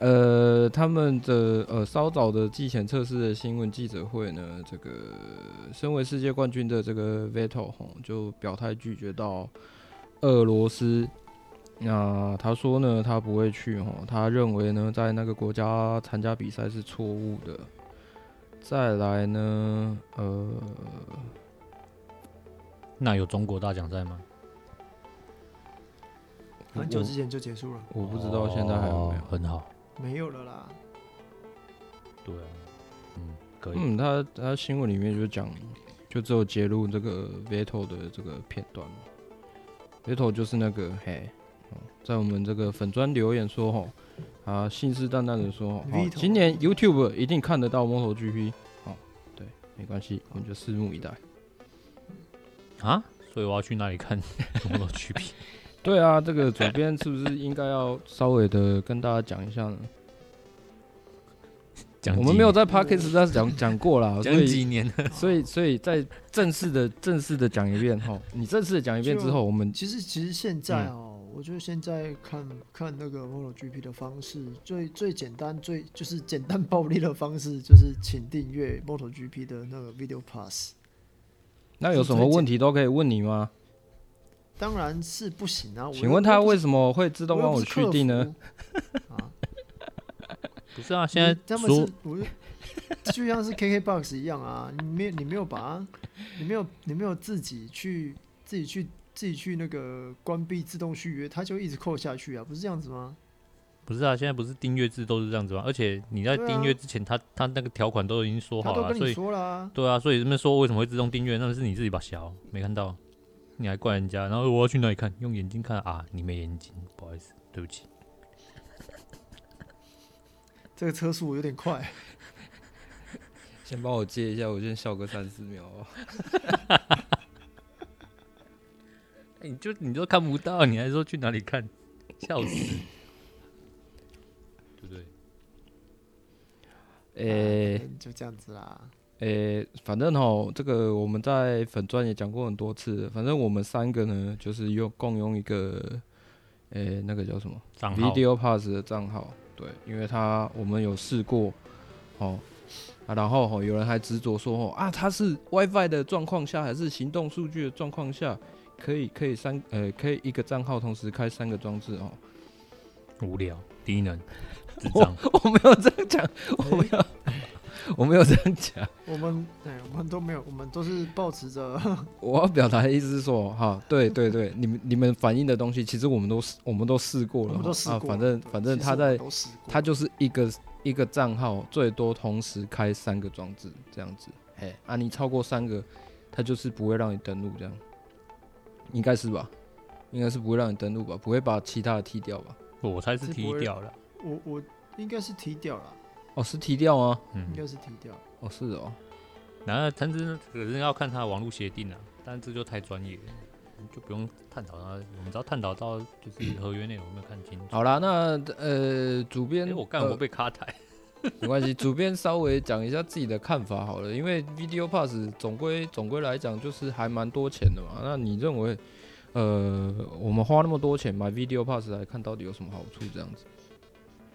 Speaker 1: 呃，他们的呃稍早的季前测试的新闻记者会呢，这个身为世界冠军的这个 Vettel 吼就表态拒绝到俄罗斯。那他说呢，他不会去哦，他认为呢，在那个国家参加比赛是错误的。再来呢，呃，
Speaker 3: 那有中国大奖赛吗？
Speaker 1: 我
Speaker 2: 很久之前就结束了，
Speaker 1: 我不知道现在还有没有
Speaker 3: 哦。很好，
Speaker 2: 没有了啦。
Speaker 3: 对啊，嗯，可以。
Speaker 1: 嗯，他他新闻里面就讲，就只有揭露这个 Vettel 的这个片段嘛。Vettel 就是那个嘿，哦在我们这个粉砖留言说吼，啊，信誓旦旦的说吼，哦
Speaker 2: Vettel
Speaker 1: 今年 YouTube 一定看得到 MotoGP。哦，对，没关系，我们就拭目以待。
Speaker 3: 啊，所以我要去哪里看有没有区别？
Speaker 1: 对啊，这个左边是不是应该要稍微的跟大家讲一下呢？
Speaker 3: <laughs> 讲
Speaker 1: 我
Speaker 3: 几
Speaker 1: 们没有
Speaker 3: 年
Speaker 1: 在 Podcast 上讲讲过啦，所
Speaker 3: 讲
Speaker 1: 以
Speaker 3: 几年了，
Speaker 1: 所以，所以再正式的、正式的讲一遍哈。你正式的讲一遍之后，我们
Speaker 2: 其实其实现在
Speaker 3: 嗯
Speaker 2: 哦、我觉得现在看看那个 MotoGP 的方式，最最简单、最就是简单暴力的方式，就是请订阅 MotoGP 的那个 Video Pass。
Speaker 1: 那有什么问题都可以问你吗？
Speaker 2: 当然是不行啊！我
Speaker 1: 请问他为
Speaker 2: 什
Speaker 1: 什么会自动帮我去定呢？？
Speaker 2: 啊，
Speaker 3: <laughs>
Speaker 1: <laughs>
Speaker 3: 不是啊，现在
Speaker 2: 他们是
Speaker 3: 说，
Speaker 2: 我就就像是 KKBOX 一样啊，你没有你没有把它，你没有你没有自己去自己去自己去那个关闭自动续约，它就一直扣下去啊，不是这样子吗？
Speaker 3: 不是啊，现在不是订阅制都是这样子吗？而且你在
Speaker 2: 对啊
Speaker 3: 订阅之前，他他那个条款都已经说
Speaker 2: 他
Speaker 3: 好
Speaker 2: 都
Speaker 3: 了，
Speaker 2: 跟
Speaker 3: 所
Speaker 2: 你
Speaker 3: 以
Speaker 2: 说啦、啊，
Speaker 3: 对啊，所以这边说为什么会自动订阅，那是你自己把小没看到，你还怪人家，然后我要去哪里看？用眼睛看啊，你没眼睛，不好意思，对不起，
Speaker 2: 这个车速有点快，
Speaker 1: 先帮我接哦一下，我先笑个三四秒啊。
Speaker 3: 哎、你就你都看不到，你还说去哪里看？笑死，对 <laughs> 不对？
Speaker 1: <laughs> 诶、
Speaker 2: 啊可能就这样子啦。
Speaker 1: 诶、反正吼，这个我们在粉钻也讲过很多次了。反正我们三个呢，就是用共用一个，诶、那个叫什么
Speaker 3: 账号
Speaker 1: Video Pass 的账号。对，因为他我们有试过，哦，啊，然后吼，有人还执着说，哦啊，它是 WiFi 的状况下，还是行动数据的状况下，可以可以三呃，可以一个账号同时开三个装置哦。 <laughs>
Speaker 3: 无聊，低能，智障，
Speaker 1: 我没有这样讲，我没有，我没有这样讲。
Speaker 2: 我们哎，我们都没有，我们都是保持着
Speaker 1: 我要表达的意思是说，哈，对对对，你们你们反映的东西，其实我们都试，我们都试过了哈，
Speaker 2: <laughs> 我们都试
Speaker 1: 啊
Speaker 2: 过
Speaker 1: 反正反正
Speaker 2: 其
Speaker 1: 他
Speaker 2: 实我们
Speaker 1: 在，
Speaker 2: 都试过
Speaker 1: 他就是一个一个账号，最多同时开三个装置这样子，嘿，啊，你超过三个，他就是不会让你登录这样，应该是吧？应该是不会让你登录吧？不会把其他的踢掉吧？
Speaker 3: 我才是
Speaker 2: 是
Speaker 3: 踢
Speaker 2: 不会
Speaker 3: 掉了。
Speaker 2: 我我应该是踢掉了，
Speaker 1: 哦，是踢掉吗？
Speaker 3: 嗯
Speaker 2: 应，该是踢掉了。
Speaker 1: 哦，是哦，
Speaker 3: 然后但是可是要看他的网络协定啊，但这就太专业了，就不用探讨它。我们只要探讨到就是合约内容有没有看清楚。
Speaker 1: 好啦，那呃，主编，
Speaker 3: 哎，我干
Speaker 1: 呃
Speaker 3: 我被卡台，
Speaker 1: 没关系， <laughs> 主编稍微讲一下自己的看法好了，因为 Video Pass 总归总归来讲就是还蛮多钱的嘛。那你认为，呃，我们花那么多钱买 Video Pass 来看，到底有什么好处？这样子，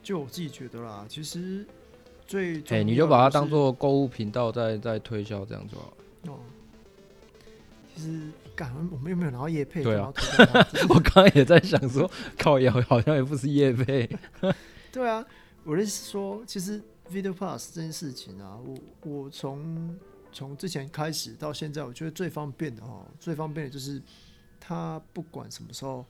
Speaker 2: 就我自己觉得啦，其实最
Speaker 1: 哎、
Speaker 2: 重要
Speaker 1: 你就把它
Speaker 3: 啊
Speaker 2: 的是
Speaker 1: 当做购物频道在在推销这样就好了。
Speaker 2: 哦。其实，干我们又没有拿到叶配，
Speaker 1: 对啊
Speaker 2: 然后推荐他
Speaker 1: <laughs> 我刚刚也在想说，靠摇好像也不是业费，
Speaker 2: 对啊，我的意思是说，其实 Video Pass 这件事情啊，我我从从之前开始到现在，我觉得最方便的哦，最方便的就是它不管什么时候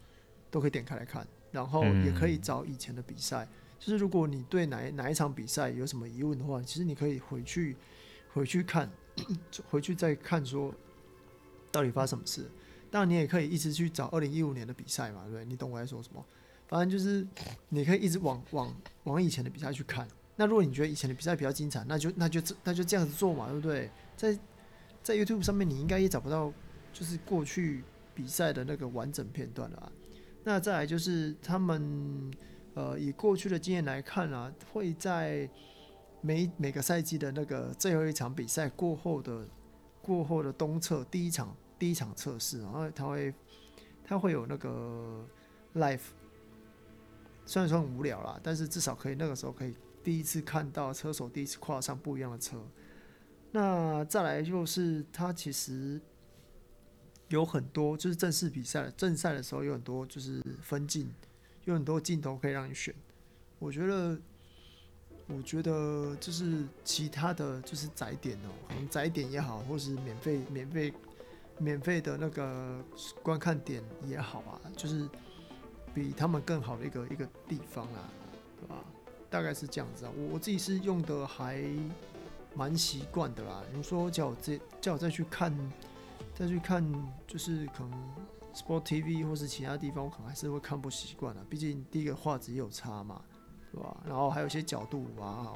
Speaker 2: 都可以点开来看，然后也可以
Speaker 3: 嗯
Speaker 2: 找以前的比赛。就是如果你对哪一哪一场比赛有什么疑问的话，其实你可以回去回去看，回去再看说到底发生什么事。当然，你也可以一直去找二零一五年的比赛嘛，对不对？你懂我在说什么？反正就是你可以一直往往往以前的比赛去看。那如果你觉得以前的比赛比较精彩，那就那就这那就这样子做嘛，对不对？在在 YouTube 上面，你应该也找不到就是过去比赛的那个完整片段了、啊。那再来就是他们呃，以过去的经验来看啊，会在每每个赛季的那个最后一场比赛过后的过后的东测第一场第一场测试，然后他会他会有那个 live，虽然说很无聊啦，但是至少可以那个时候可以第一次看到车手第一次跨上不一样的车。那再来就是他其实有很多就是正式比赛正赛的时候有很多就是分镜，有很多镜头可以让你选。我觉得，我觉得就是其他的就是载点哦，可能载点也好，或是免费免费免费的那个观看点也好啊，就是比他们更好的一个一个地方啦、对吧？大概是这样子啊。我我自己是用的还蛮习惯的啦。你说叫我再叫我再去看，再去看，就是可能 Sport TV 或是其他地方，我可能还是会看不习惯啊。毕竟第一个画质也有差嘛，对吧？然后还有一些角度啊，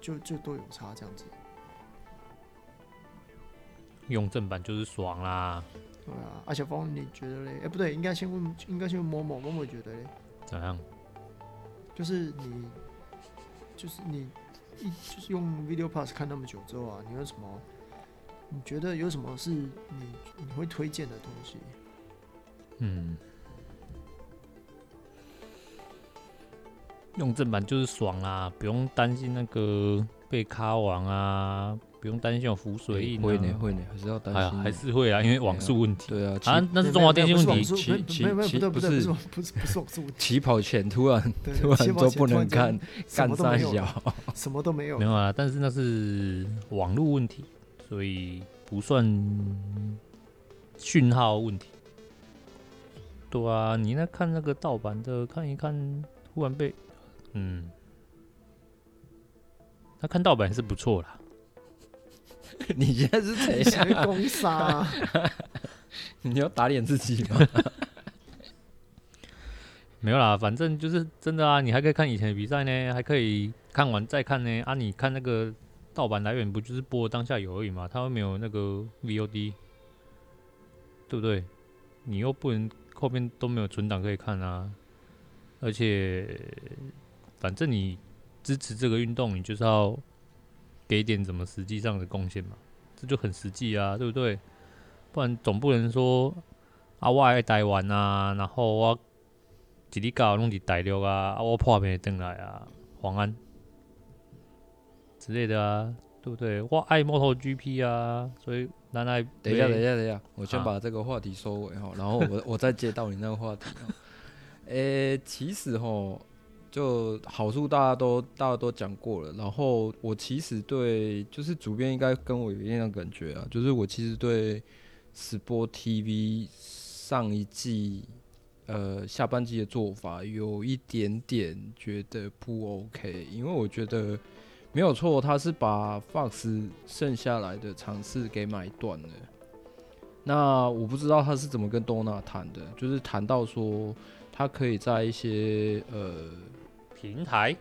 Speaker 2: 就就都有差这样子。
Speaker 3: 用正版就是爽啦。
Speaker 2: 对啊，啊小峰，你觉得嘞？哎、不对，应该先问，应该先问某某某某觉得嘞，
Speaker 3: 怎样？
Speaker 2: 就是你，就是你一就是用 Video Pass 看那么久之后啊，你有什么？你觉得有什么是你你会推荐的东西？
Speaker 3: 嗯，用正版就是爽啦，不用担心那个被卡网啊，不用担心有浮水印、啊。
Speaker 1: 哎会呢会呢，还是要担
Speaker 3: 哎呀，
Speaker 1: 心呢、
Speaker 3: 还是会啊，因为网速问题
Speaker 1: <laughs> 对啊，
Speaker 3: 啊
Speaker 1: 起，
Speaker 3: 那是中华电信问
Speaker 2: 没有
Speaker 3: 题。
Speaker 2: 没有没有不对不对不是不是不是是
Speaker 1: 起跑前突然
Speaker 2: 对，
Speaker 1: 突然都不能看，
Speaker 2: 什
Speaker 1: 干
Speaker 2: 么都
Speaker 1: 三
Speaker 2: 没有，
Speaker 1: 小，
Speaker 2: 什么都没有 <laughs>
Speaker 3: 没，有啊，但是那是网络问题，所以不算讯号问题。对啊，你那看那个盗版的，看一看，忽然被，嗯，那看盗版是不错啦。
Speaker 1: <laughs> 你现在是谁呀
Speaker 2: 你
Speaker 3: 哎
Speaker 2: 想？要攻杀啊？ <laughs>
Speaker 1: 你要打脸自己吗？
Speaker 3: 没有啦，反正就是真的啊，你还可以看以前的比赛呢，还可以看完再看呢。啊，你看那个盗版来源不就是播当下有而已嘛，它又没有那个 VOD，对不对？你又不能后面都没有存档可以看啊，而且反正你支持这个运动，你就是要给一点怎么实际上的贡献嘛，这就很实际啊，对不对？不然总不能说啊，我爱台湾啊，然后我一日搞弄伫大陆啊，啊我破病回来啊，黄安之类的啊，对不对？我爱 MotoGP 啊，所以咱爱
Speaker 1: 等一下，
Speaker 3: 买
Speaker 1: 等一下，等一下，我先
Speaker 3: 啊
Speaker 1: 把这个话题收尾哈，然后我我再接到你那个话题哦。诶、其实哈，就好处大家都大家都讲过了，然后我其实对就是主编应该跟我有一样的感觉啊，就是我其实对直播 TV 上一季呃下半季的做法有一点点觉得不 OK，因为我觉得。没有错，他是把 Fox 剩下来的场次给买断了。那我不知道他是怎么跟多纳谈的，就是谈到说他可以在一些呃，
Speaker 3: 平台，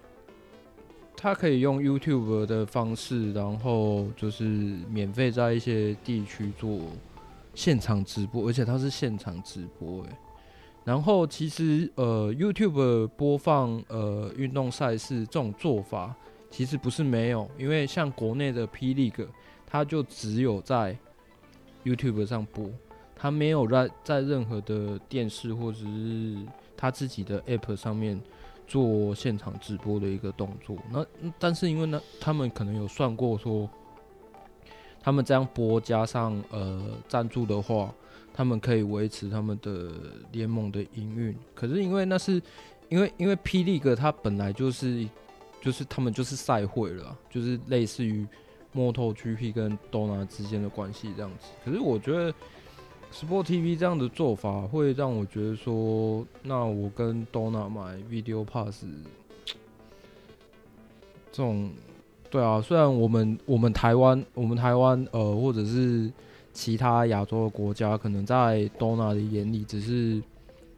Speaker 1: 他可以用 YouTube 的方式，然后就是免费在一些地区做现场直播，而且他是现场直播诶、欸然后其实呃，YouTube 播放呃运动赛事这种做法其实不是没有，因为像国内的 P League，它就只有在 YouTube 上播，它没有在在任何的电视或者是它自己的 App 上面做现场直播的一个动作。那嗯但是因为呢，他们可能有算过说，他们这样播加上呃赞助的话，他们可以维持他们的联盟的营运。可是因为那是因为因为 P League 它本来就是就是他们就是赛会了啊，就是类似于 MotoGP 跟 Dona 之间的关系这样子。可是我觉得 Sport TV 这样的做法会让我觉得说，那我跟 Dona 买 Video Pass 这种，对啊，虽然我们我们台湾我们台湾呃或者是其他亚洲的国家，可能在 Dona 的眼里只是。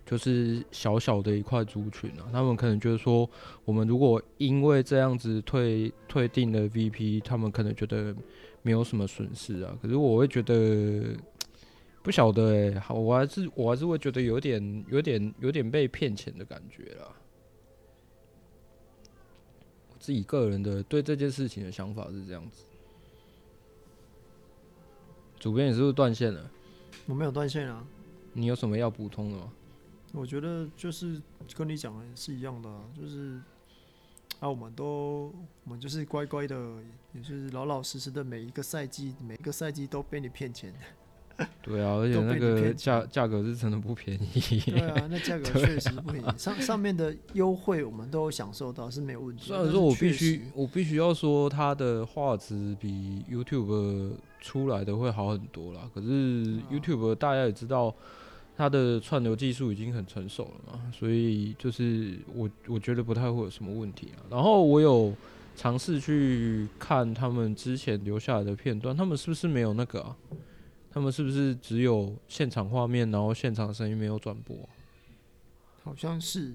Speaker 1: 就是小小的一块族群啊，他们可能觉得说，我们如果因为这样子退退订了 VP，他们可能觉得没有什么损失啊。可是我会觉得不晓得哎、好，我还是我还是会觉得有点有点有点被骗钱的感觉啦。我自己个人的对这件事情的想法是这样子。主编，你是不是断线了？
Speaker 2: 我没有断线啊。
Speaker 1: 你有什么要补充的吗？
Speaker 2: 我觉得就是跟你讲的是一样的啊、就是啊，我们都我们就是乖乖的，也就是老老实实的，每一个赛季每一个赛季都被你骗钱。
Speaker 1: 对啊，而且
Speaker 2: 都被
Speaker 1: 那
Speaker 2: 你
Speaker 1: 个
Speaker 2: 骗
Speaker 1: 价价格是真的不便宜。
Speaker 2: 对啊，那价格确实不便宜，上上面的优惠我们都有享受到是没有问题的。
Speaker 1: 虽然
Speaker 2: 但
Speaker 1: 说
Speaker 2: 是
Speaker 1: 我
Speaker 2: 确
Speaker 1: 必
Speaker 2: 实
Speaker 1: 须，我必须要说它的画质比 YouTube 出来的会好很多啦。可是
Speaker 2: 啊
Speaker 1: YouTube 大家也知道，它的串流技术已经很成熟了嘛，所以就是我我觉得不太会有什么问题啊。然后我有尝试去看他们之前留下来的片段，他们是不是没有那个啊？他们是不是只有现场画面，然后现场声音没有转播啊？
Speaker 2: 好像是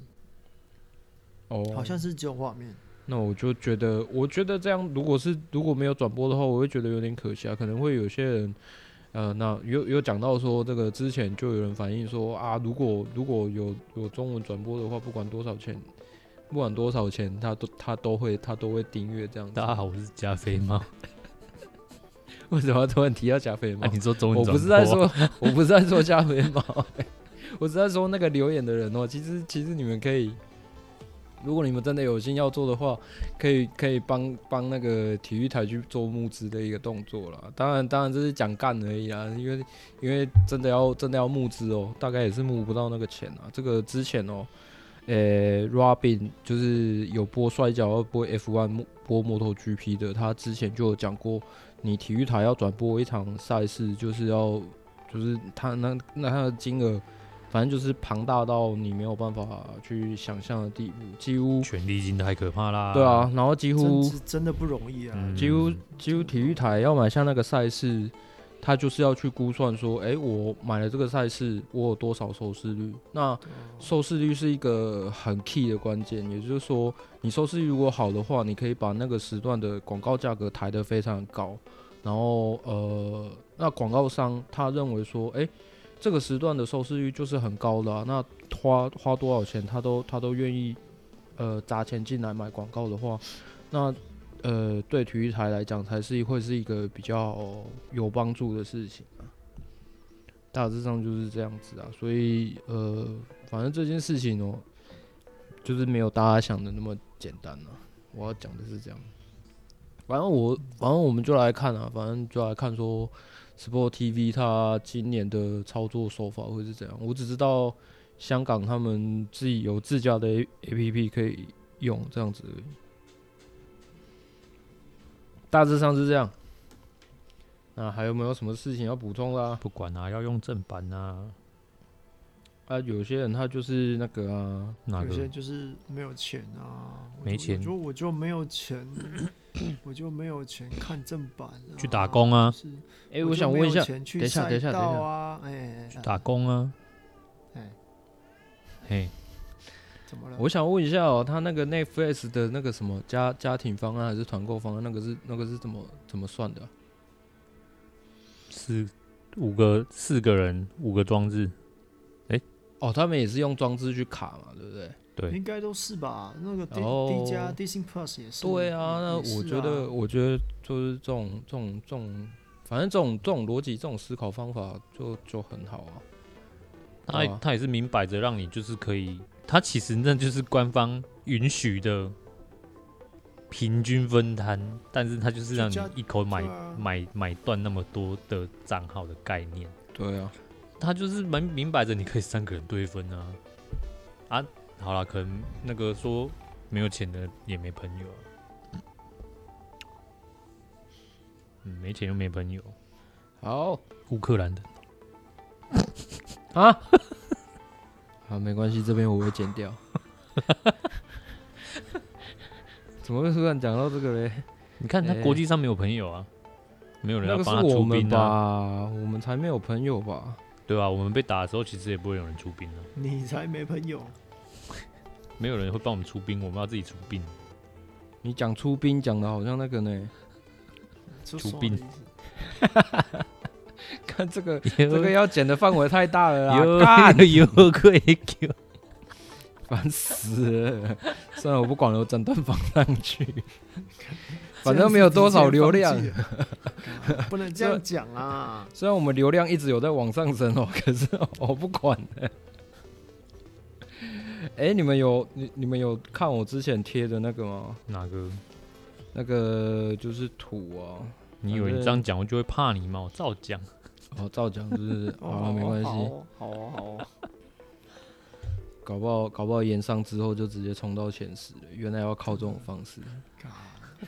Speaker 1: 哦，
Speaker 2: 好像是只有画面。
Speaker 1: 那我就觉得，我觉得这样，如果是如果没有转播的话，我会觉得有点可惜啊。可能会有些人，呃，那有有讲到说，这个之前就有人反映说啊，如果如果有有中文转播的话，不管多少钱，不管多少钱，他都他都会他都会订阅这样子
Speaker 3: 大。家好，我是加菲猫。
Speaker 1: 为什么要突然提到加菲猫？
Speaker 3: 啊，你说中文
Speaker 1: 我
Speaker 3: 转
Speaker 1: 不是在
Speaker 3: 播啊，
Speaker 1: 说，我不是在说加菲猫、欸我是在说那个留言的人哦、其实，其实你们可以，如果你们真的有心要做的话，可以可以帮帮那个体育台去做募资的一个动作啦。当然，当然这是讲干而已啦，啊因为因为真的要真的要募资哦、大概也是募不到那个钱啊。这个之前哦、呃、r o b i n 就是有播摔跤、要播 F1、播摩托 GP 的，他之前就有讲过，你体育台要转播一场赛事，就是要，就是他那那他的金额，反正就是庞大到你没有办法去想象的地步，几乎
Speaker 3: <laughs> 权力金太可怕啦。
Speaker 1: 对啊，，然后几乎
Speaker 2: 真是真的不容易啊！
Speaker 3: 嗯
Speaker 1: 几乎几乎体育台要买下那个赛事，他就是要去估算说，诶，我买了这个赛事，我有多少收视率？那收视率是一个很 key 的关键，也就是说，你收视率如果好的话，你可以把那个时段的广告价格抬得非常高，然后呃，那广告商他认为说，诶，这个时段的收视率就是很高的啊。那花花多少钱，他都他都愿意，呃，砸钱进来买广告的话，那呃，对体育台来讲才是会是一个比较有帮助的事情啊。大致上就是这样子啊，所以呃，反正这件事情哦、就是没有大家想的那么简单啊。我要讲的是这样。反正我，反正我们就来看啊，反正就来看说，Sport TV 它今年的操作手法会是怎样。我只知道香港他们自己有自家的 A P P 可以用，这样子而已。大致上是这样。那还有没有什么事情要补充的啊？
Speaker 3: 不管啊，要用正版啊，
Speaker 1: 啊，有些人他就是那个啊，
Speaker 3: 哪
Speaker 2: 有些
Speaker 3: 个
Speaker 2: 就是没有钱啊，我
Speaker 3: 没
Speaker 2: 就
Speaker 3: 钱
Speaker 2: 我就我就没有钱，我就没有钱看正版、啊，
Speaker 3: 去打工啊
Speaker 2: 是，
Speaker 1: 哎、
Speaker 2: 哎
Speaker 1: 我想问一下，
Speaker 2: 等
Speaker 1: 等一下等一下等一下
Speaker 2: 啊，哎、哎哎
Speaker 3: 打工啊，
Speaker 2: 哎，
Speaker 3: 嘿，
Speaker 2: 怎么了？
Speaker 1: 我想问一下哦，他那个 Netflix 的那个什么家家庭方案还是团购方案，那个是那个是怎么怎么算的啊、
Speaker 3: 四五个四个人五个装置，
Speaker 1: 哦，他们也是用装置去卡嘛，对不对？
Speaker 3: 对，
Speaker 2: 应该都是吧？那个 D
Speaker 1: 然后
Speaker 2: D 加 Disney Plus 也是，
Speaker 1: 哦对啊，那
Speaker 2: 也是
Speaker 1: 我觉得，
Speaker 2: 啊
Speaker 1: 我觉得就是这种这种这种，反正这种这种逻辑、这种思考方法就就很好啊。
Speaker 3: 他
Speaker 1: 对啊
Speaker 3: 他也是明摆着让你就是可以，他其实那就是官方允许的平均分摊，但是他就是让
Speaker 2: 就加
Speaker 3: 你一口买
Speaker 2: 对啊
Speaker 3: 买买断那么多的账号的概念。
Speaker 1: 对啊，
Speaker 3: 他就是蛮明摆着，你可以三个人对分啊。啊，好了，可能那个说没有钱的也没朋友、啊，嗯，没钱又没朋友，
Speaker 1: 好
Speaker 3: 乌克兰的
Speaker 1: 啊，好，没关系，这边我会剪掉。 <laughs> 怎么会突然讲到这个嘞？
Speaker 3: 你看他
Speaker 1: 哎
Speaker 3: 国际上没有朋友啊，没有人
Speaker 1: 那
Speaker 3: 要
Speaker 1: 个是
Speaker 3: 帮他
Speaker 1: 我
Speaker 3: 出
Speaker 1: 们
Speaker 3: 兵啊，
Speaker 1: 吧？我们才没有朋友吧？
Speaker 3: 对吧、啊？我们被打的时候，其实也不会有人出兵啊，
Speaker 2: 你才没朋友，
Speaker 3: 没有人会帮我们出兵，我们要自己出兵。
Speaker 1: 你讲出兵讲的好像那个
Speaker 3: <laughs>
Speaker 1: 呢，
Speaker 2: 出
Speaker 3: 出殡
Speaker 1: <laughs> 看这个
Speaker 3: 这
Speaker 1: 这个要剪的范围太大了
Speaker 3: 有
Speaker 1: 啦，干
Speaker 3: <laughs> 有愧
Speaker 1: <laughs>
Speaker 3: 疚，
Speaker 1: 烦死了！算了，我不管了，我整段放上
Speaker 3: <laughs>
Speaker 1: 去，反正没有多少流量。 <laughs>
Speaker 2: 这样是直
Speaker 3: 啊
Speaker 2: 接放弃了不能这样讲啊！
Speaker 1: 虽然我们流量一直有在往上升哦， <laughs> 可是我不管了。 <laughs> 哎、你们有你你们有看我之前贴的那个吗？
Speaker 3: 哪个？
Speaker 1: 那个就是土啊，
Speaker 3: 你以为你这样讲我就会怕你吗？我照讲。
Speaker 1: 哦，照讲就是 <laughs>
Speaker 2: 哦
Speaker 3: <laughs>
Speaker 1: 好了，啊没关系。
Speaker 2: 好哦好哦，好哦，
Speaker 1: 搞不好搞不好延上之后就直接冲到前十了，原来要靠这种方式。
Speaker 2: 干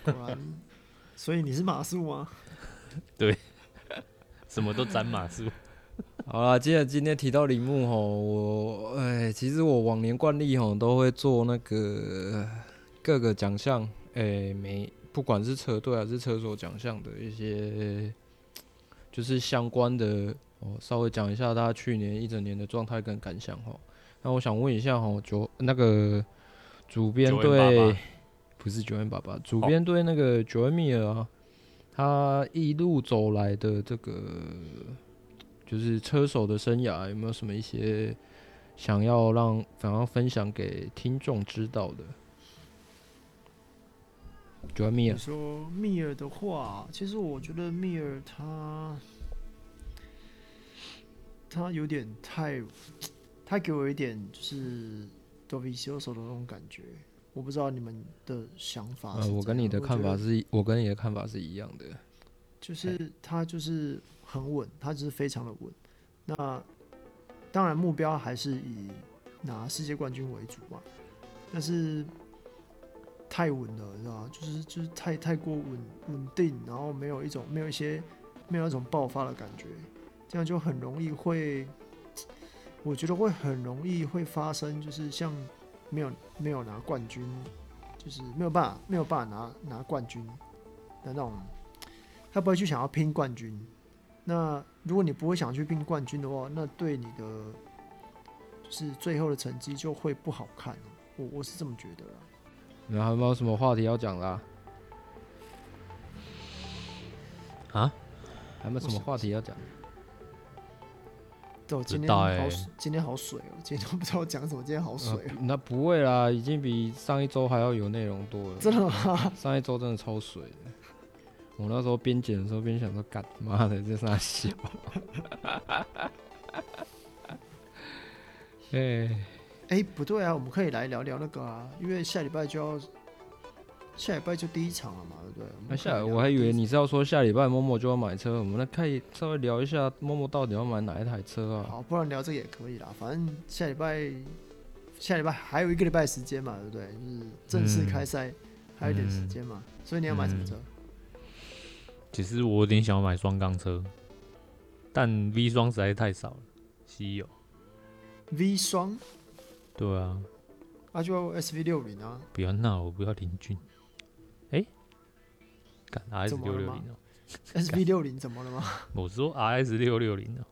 Speaker 2: 果然，哦啊所以你是马术吗？
Speaker 3: 什么都沾马是不是
Speaker 1: 好啦，既然今天提到铃木吼，我哎，其实我往年惯例吼都会做那个呃各个奖项，哎，每不管是车队还啊是车手奖项的一些，就是相关的，哦，稍微讲一下大家去年一整年的状态跟感想吼。那我想问一下吼，九那个主编
Speaker 3: 九
Speaker 1: 对。
Speaker 3: N 爸爸哦
Speaker 1: 不是九恩爸爸，主编对那个九恩米尔啊，他一路走来的这个就是车手的生涯，有没有什么一些想要让想要分享给听众知道的？九恩米
Speaker 2: 你
Speaker 1: 尔，
Speaker 2: 说密尔的话，其实我觉得密尔他他有点太，他给我一点就是多比修手的那种感觉。我不知道你们的想法是
Speaker 1: 呃，
Speaker 2: 怎样。
Speaker 1: 我跟你的
Speaker 2: 觉
Speaker 1: 看法
Speaker 2: 得
Speaker 1: 是一，我跟你的看法是一样的。
Speaker 2: 就是他就是很稳，他就是非常的稳。那当然目标还是以拿世界冠军为主嘛，但是太稳了，你知道吗？就是就是太太过稳稳定，然后没有一种没有一些没有那种爆发的感觉，这样就很容易会，我觉得会很容易会发生，就是像没有没有拿冠军，就是没有办法没有办法拿拿冠军的那种。他不会去想要拼冠军。那如果你不会想去拼冠军的话，那对你的就是最后的成绩就会不好看。我我是这么觉得啦。
Speaker 1: 然后有没有什么话题要讲啦？
Speaker 3: 啊？
Speaker 1: 啊还有没有什么话题要讲？
Speaker 2: 对，今天
Speaker 3: 道
Speaker 2: 好、
Speaker 3: 欸
Speaker 2: 今天好水哦， <laughs> 今天都不知道讲什么，今天好水哦，
Speaker 1: 呃那不会啦，已经比上一周还要有内容多了。
Speaker 2: 真的吗？
Speaker 1: 上一周真的超水的。我那时候边剪的时候边想说，干妈的这傻小。
Speaker 2: <laughs>
Speaker 1: <laughs> 哎、
Speaker 2: 哎、不对啊，我们可以来聊聊那个啊，因为下礼拜就要下礼拜就第一场了嘛，对不对？我们
Speaker 1: 那
Speaker 2: 可
Speaker 1: 哎下
Speaker 2: 以聊
Speaker 1: 我还以
Speaker 2: 第一
Speaker 1: 为你是要说下礼拜默默就要买车，我们来看一稍微聊一下默默到底要买哪一台车啊？
Speaker 2: 好，不然聊这个也可以啦。反正下礼拜，下礼拜还有一个礼拜时间嘛，对不对？就是正式
Speaker 3: 嗯
Speaker 2: 开赛、还有一点时间嘛，所以你要买什么车？
Speaker 3: 其实我有点想要买双缸车，但 V 双实在太少了，稀有。
Speaker 2: V 双，
Speaker 3: 对啊，
Speaker 2: 那就 SV 六零
Speaker 3: <laughs>
Speaker 2: 啊，
Speaker 3: 不要闹，我不要林俊。哎、干 RS
Speaker 2: 怎么
Speaker 3: 六
Speaker 2: 了
Speaker 3: 六
Speaker 2: 吗
Speaker 3: 零哦，
Speaker 2: SV 六零怎么了吗？
Speaker 3: 我说 RS 六六零哦，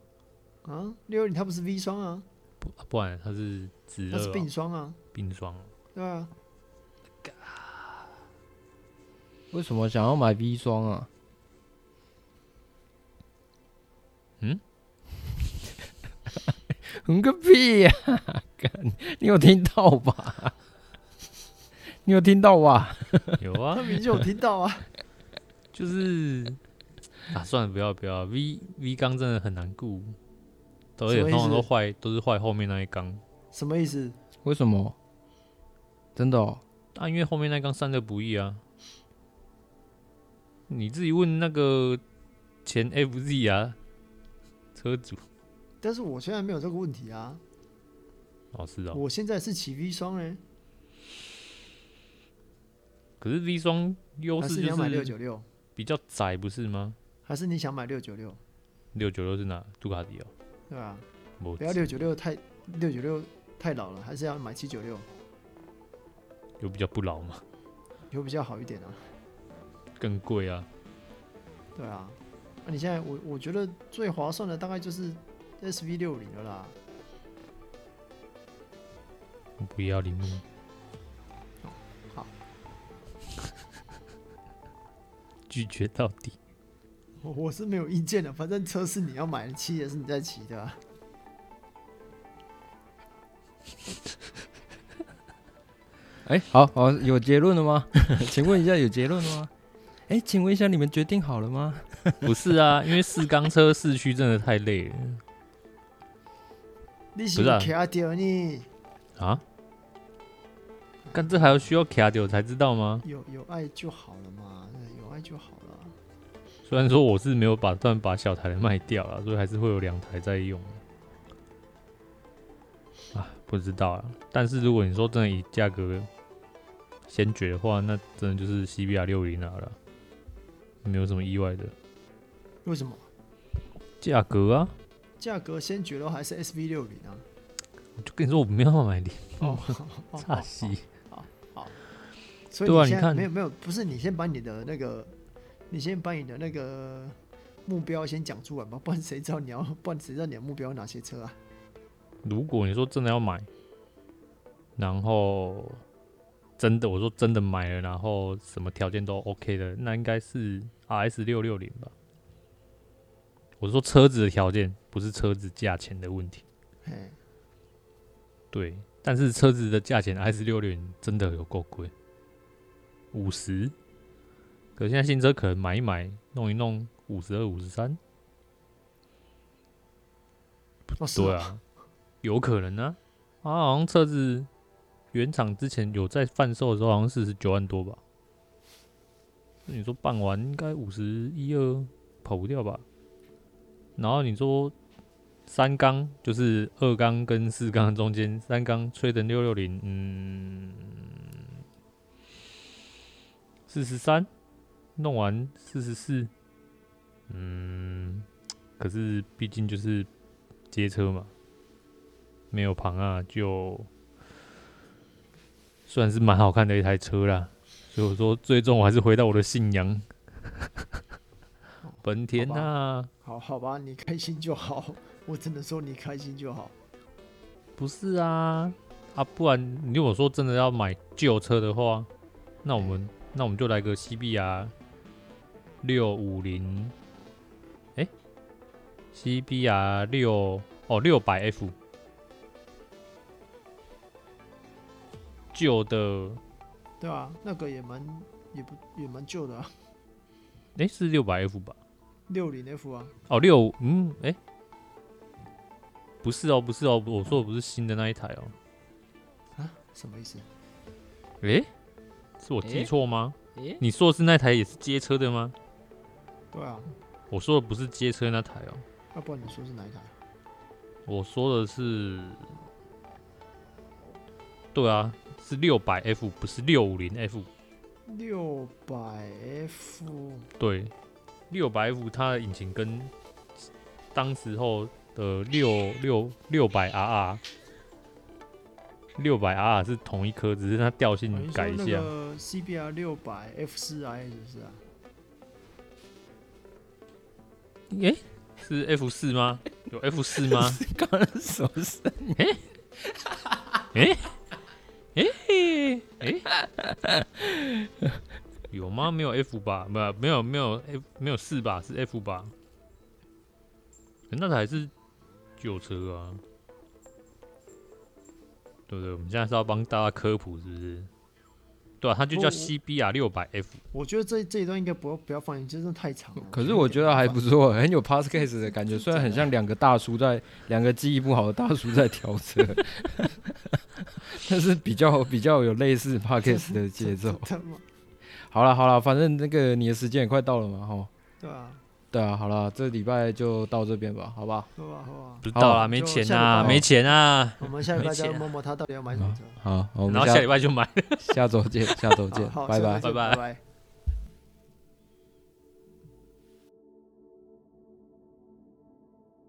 Speaker 2: 啊，六零它不是 V 双啊，
Speaker 3: 不不然它是直
Speaker 2: 它
Speaker 3: 热
Speaker 2: 是
Speaker 3: 哦
Speaker 2: 并双啊，
Speaker 3: 冰霜哦，
Speaker 2: 对啊，
Speaker 1: 为什么想要买 V 装啊？
Speaker 3: 嗯，
Speaker 1: <laughs> 哼个屁呀、干你有听到吧？
Speaker 2: <laughs>
Speaker 1: 你有听到吧？
Speaker 3: 有啊 <laughs>
Speaker 2: 那，明就有听到啊，
Speaker 3: 就是啊，算了，不要不要，V V 缸真的很难顾，都
Speaker 2: 什
Speaker 3: 有
Speaker 2: 么意
Speaker 3: 通
Speaker 2: 思
Speaker 3: 常都坏，都是坏后面那一缸。
Speaker 2: 什么意思？
Speaker 1: 为什么？真的、哦？
Speaker 3: 啊，因为后面那缸散热不易啊。你自己问那个前 FZ 啊，车主
Speaker 2: 但是我现在没有这个问题啊，
Speaker 3: 哦是哦，
Speaker 2: 我现在是骑 V 双哎，
Speaker 3: 可是 V 双优
Speaker 2: 还
Speaker 3: 势
Speaker 2: 是你
Speaker 3: 就
Speaker 2: 要买六
Speaker 3: 是
Speaker 2: 九六，
Speaker 3: 比较窄，不是吗？
Speaker 2: 还是你想买六九六？
Speaker 3: 六九六是哪？杜卡迪哦，
Speaker 2: 对啊，
Speaker 3: 我
Speaker 2: 不要六九六太六九六太老了，还是要买七九六，
Speaker 3: 有比较不老嘛，
Speaker 2: 有比较好一点啊。
Speaker 3: 更贵啊。
Speaker 2: 对啊，那、你现在我我觉得最划算的大概就是 SV 六零了啦。
Speaker 3: 我不要铃木，
Speaker 2: 好，
Speaker 3: <laughs> 拒绝到底。
Speaker 2: 我我是没有意见的，反正车是你要买的，骑也是你在骑的、啊。
Speaker 1: 哎、好好，有结论了
Speaker 2: <laughs>
Speaker 1: 吗？请问一下，有结论了吗？哎、请问一下，你们决定好了吗？
Speaker 3: 不是啊，因为四缸车市区真的太累了
Speaker 2: 你
Speaker 3: 不
Speaker 2: 是
Speaker 3: 是啊
Speaker 2: 卡掉你
Speaker 3: 啊。但这还要需要卡掉才知道吗？
Speaker 2: 有有爱就好了嘛，对有爱就好了啊。
Speaker 3: 虽然说我是没有打算把小台的卖掉了，所以还是会有两台在用。啊，不知道啊。但是如果你说真的以价格先决的话，那真的就是 CBR 六零啊了，没有什么意外的
Speaker 2: 为什么？
Speaker 3: 价格啊。
Speaker 2: 价格先决的话还是 SV 六零啊。
Speaker 3: 我就跟你说我没有买零， <laughs>
Speaker 2: 哦，哦
Speaker 3: 差西。
Speaker 2: 所以
Speaker 3: 对啊
Speaker 2: 你现在
Speaker 3: 你看
Speaker 2: 没有没有，不是你先把你的那个，你先把你的那个目标先讲出来吧，不然谁知道你要，不然谁知道你的目标有哪些车啊？
Speaker 3: 如果你说真的要买，然后真的我说真的买了，然后什么条件都 OK 的，那应该是 RS 六六零吧。我说车子的条件，不是车子价钱的问题。
Speaker 2: 哎，
Speaker 3: 对，但是车子的价钱 S 六六零真的有够贵，五十。可现在新车可能买一买，弄一弄，五十二、五十三，
Speaker 2: 哦，是
Speaker 3: 对
Speaker 2: 哦，
Speaker 3: 啊，有可能啊。啊，好像车子原厂之前有在贩售的时候，好像四十九万多吧。那你说办完应该五十一二跑不掉吧？然后你说三缸就是二缸跟四缸中间，三缸吹的六六零，嗯，四十三，弄完四十四，嗯，可是毕竟就是街车嘛，没有旁啊，就算是蛮好看的一台车啦。所以我说，最终我还是回到我的信仰，本田啊，
Speaker 2: 好好吧，你开心就好，我只能说你开心就好。
Speaker 3: 不是啊，啊，不然你如果说真的要买旧车的话，那我们那我们就来个 CBR 六五零，哎，CBR 六哦，六百 F，旧的，
Speaker 2: 对吧、那个也蛮也不也蛮旧的啊，
Speaker 3: 诶，是六百 F 吧？
Speaker 2: 六零 F 啊，
Speaker 3: 哦，六，嗯，诶，不是哦，不是哦，我说的不是新的那一台哦，
Speaker 2: 什么意思？
Speaker 3: 诶，是我记
Speaker 1: 诶
Speaker 3: 错吗？
Speaker 1: 诶
Speaker 3: 你说的是那台也是街车的吗？
Speaker 2: 对啊，
Speaker 3: 我说的不是街车那台哦，
Speaker 2: 要不然你说是哪一台？
Speaker 3: 我说的是，对啊，是六百 F，不是六五零 F。
Speaker 2: 六百 F，
Speaker 3: 对，六百 F 它的引擎跟当时候的六六六百 RR 六百 RR 是同一颗，只是它调
Speaker 2: 好
Speaker 3: 性
Speaker 2: 像
Speaker 3: 改一
Speaker 2: 哦说
Speaker 3: 下
Speaker 2: 那。个 CBR 六百 F 四 I 是不是啊？
Speaker 3: 诶、是 F 四吗？有 F 四
Speaker 2: 啊
Speaker 3: 吗？
Speaker 1: <laughs> 刚刚是什么事？
Speaker 3: 诶 <laughs> 诶、 <laughs> 有吗？没有 F 吧？不，没有没有 F 没有四吧？是 F 吧？可那台是旧车啊，对不对？我们现在是要帮大家科普，是不是？对啊，它就
Speaker 2: 不
Speaker 3: 叫
Speaker 2: 我
Speaker 3: CBR 六百 F。
Speaker 2: 我觉得这这一段应该不要不要放进去，真的太长了。
Speaker 1: 可是
Speaker 2: 有
Speaker 1: 我
Speaker 2: 点
Speaker 1: 觉
Speaker 2: <laughs>
Speaker 1: 得
Speaker 2: 麻
Speaker 1: 还
Speaker 2: 烦
Speaker 1: 不 <laughs> 错，很有 pass case 的感啊觉，虽然很像两个大叔在两个记忆不好的大叔在调车，但是比较比较有类似 pass case 的节奏。
Speaker 2: 真的吗
Speaker 1: 好了好了，反正那个你的时间也快到了嘛，吼。
Speaker 2: 对啊，
Speaker 1: 对啊，好了，这礼拜就到这边吧，好吧？
Speaker 2: 好啊，好啊。
Speaker 3: 不知道啦，
Speaker 1: 好
Speaker 3: 没
Speaker 2: 就
Speaker 3: 钱
Speaker 2: 下
Speaker 3: 呐、
Speaker 2: 礼拜
Speaker 3: 没钱啊。
Speaker 2: 我们下礼拜
Speaker 3: 没
Speaker 2: 再
Speaker 3: 钱啊
Speaker 2: 摸摸他到底要买什么车。
Speaker 1: 好，我
Speaker 3: 然
Speaker 1: 们
Speaker 3: 后下
Speaker 1: 下
Speaker 3: 礼拜就买。
Speaker 1: <laughs> 下周见，下周见
Speaker 2: 好，好，，
Speaker 1: 拜
Speaker 2: 下
Speaker 1: 拜
Speaker 2: 礼拜。见
Speaker 3: 拜
Speaker 2: 拜
Speaker 3: 拜
Speaker 2: 拜。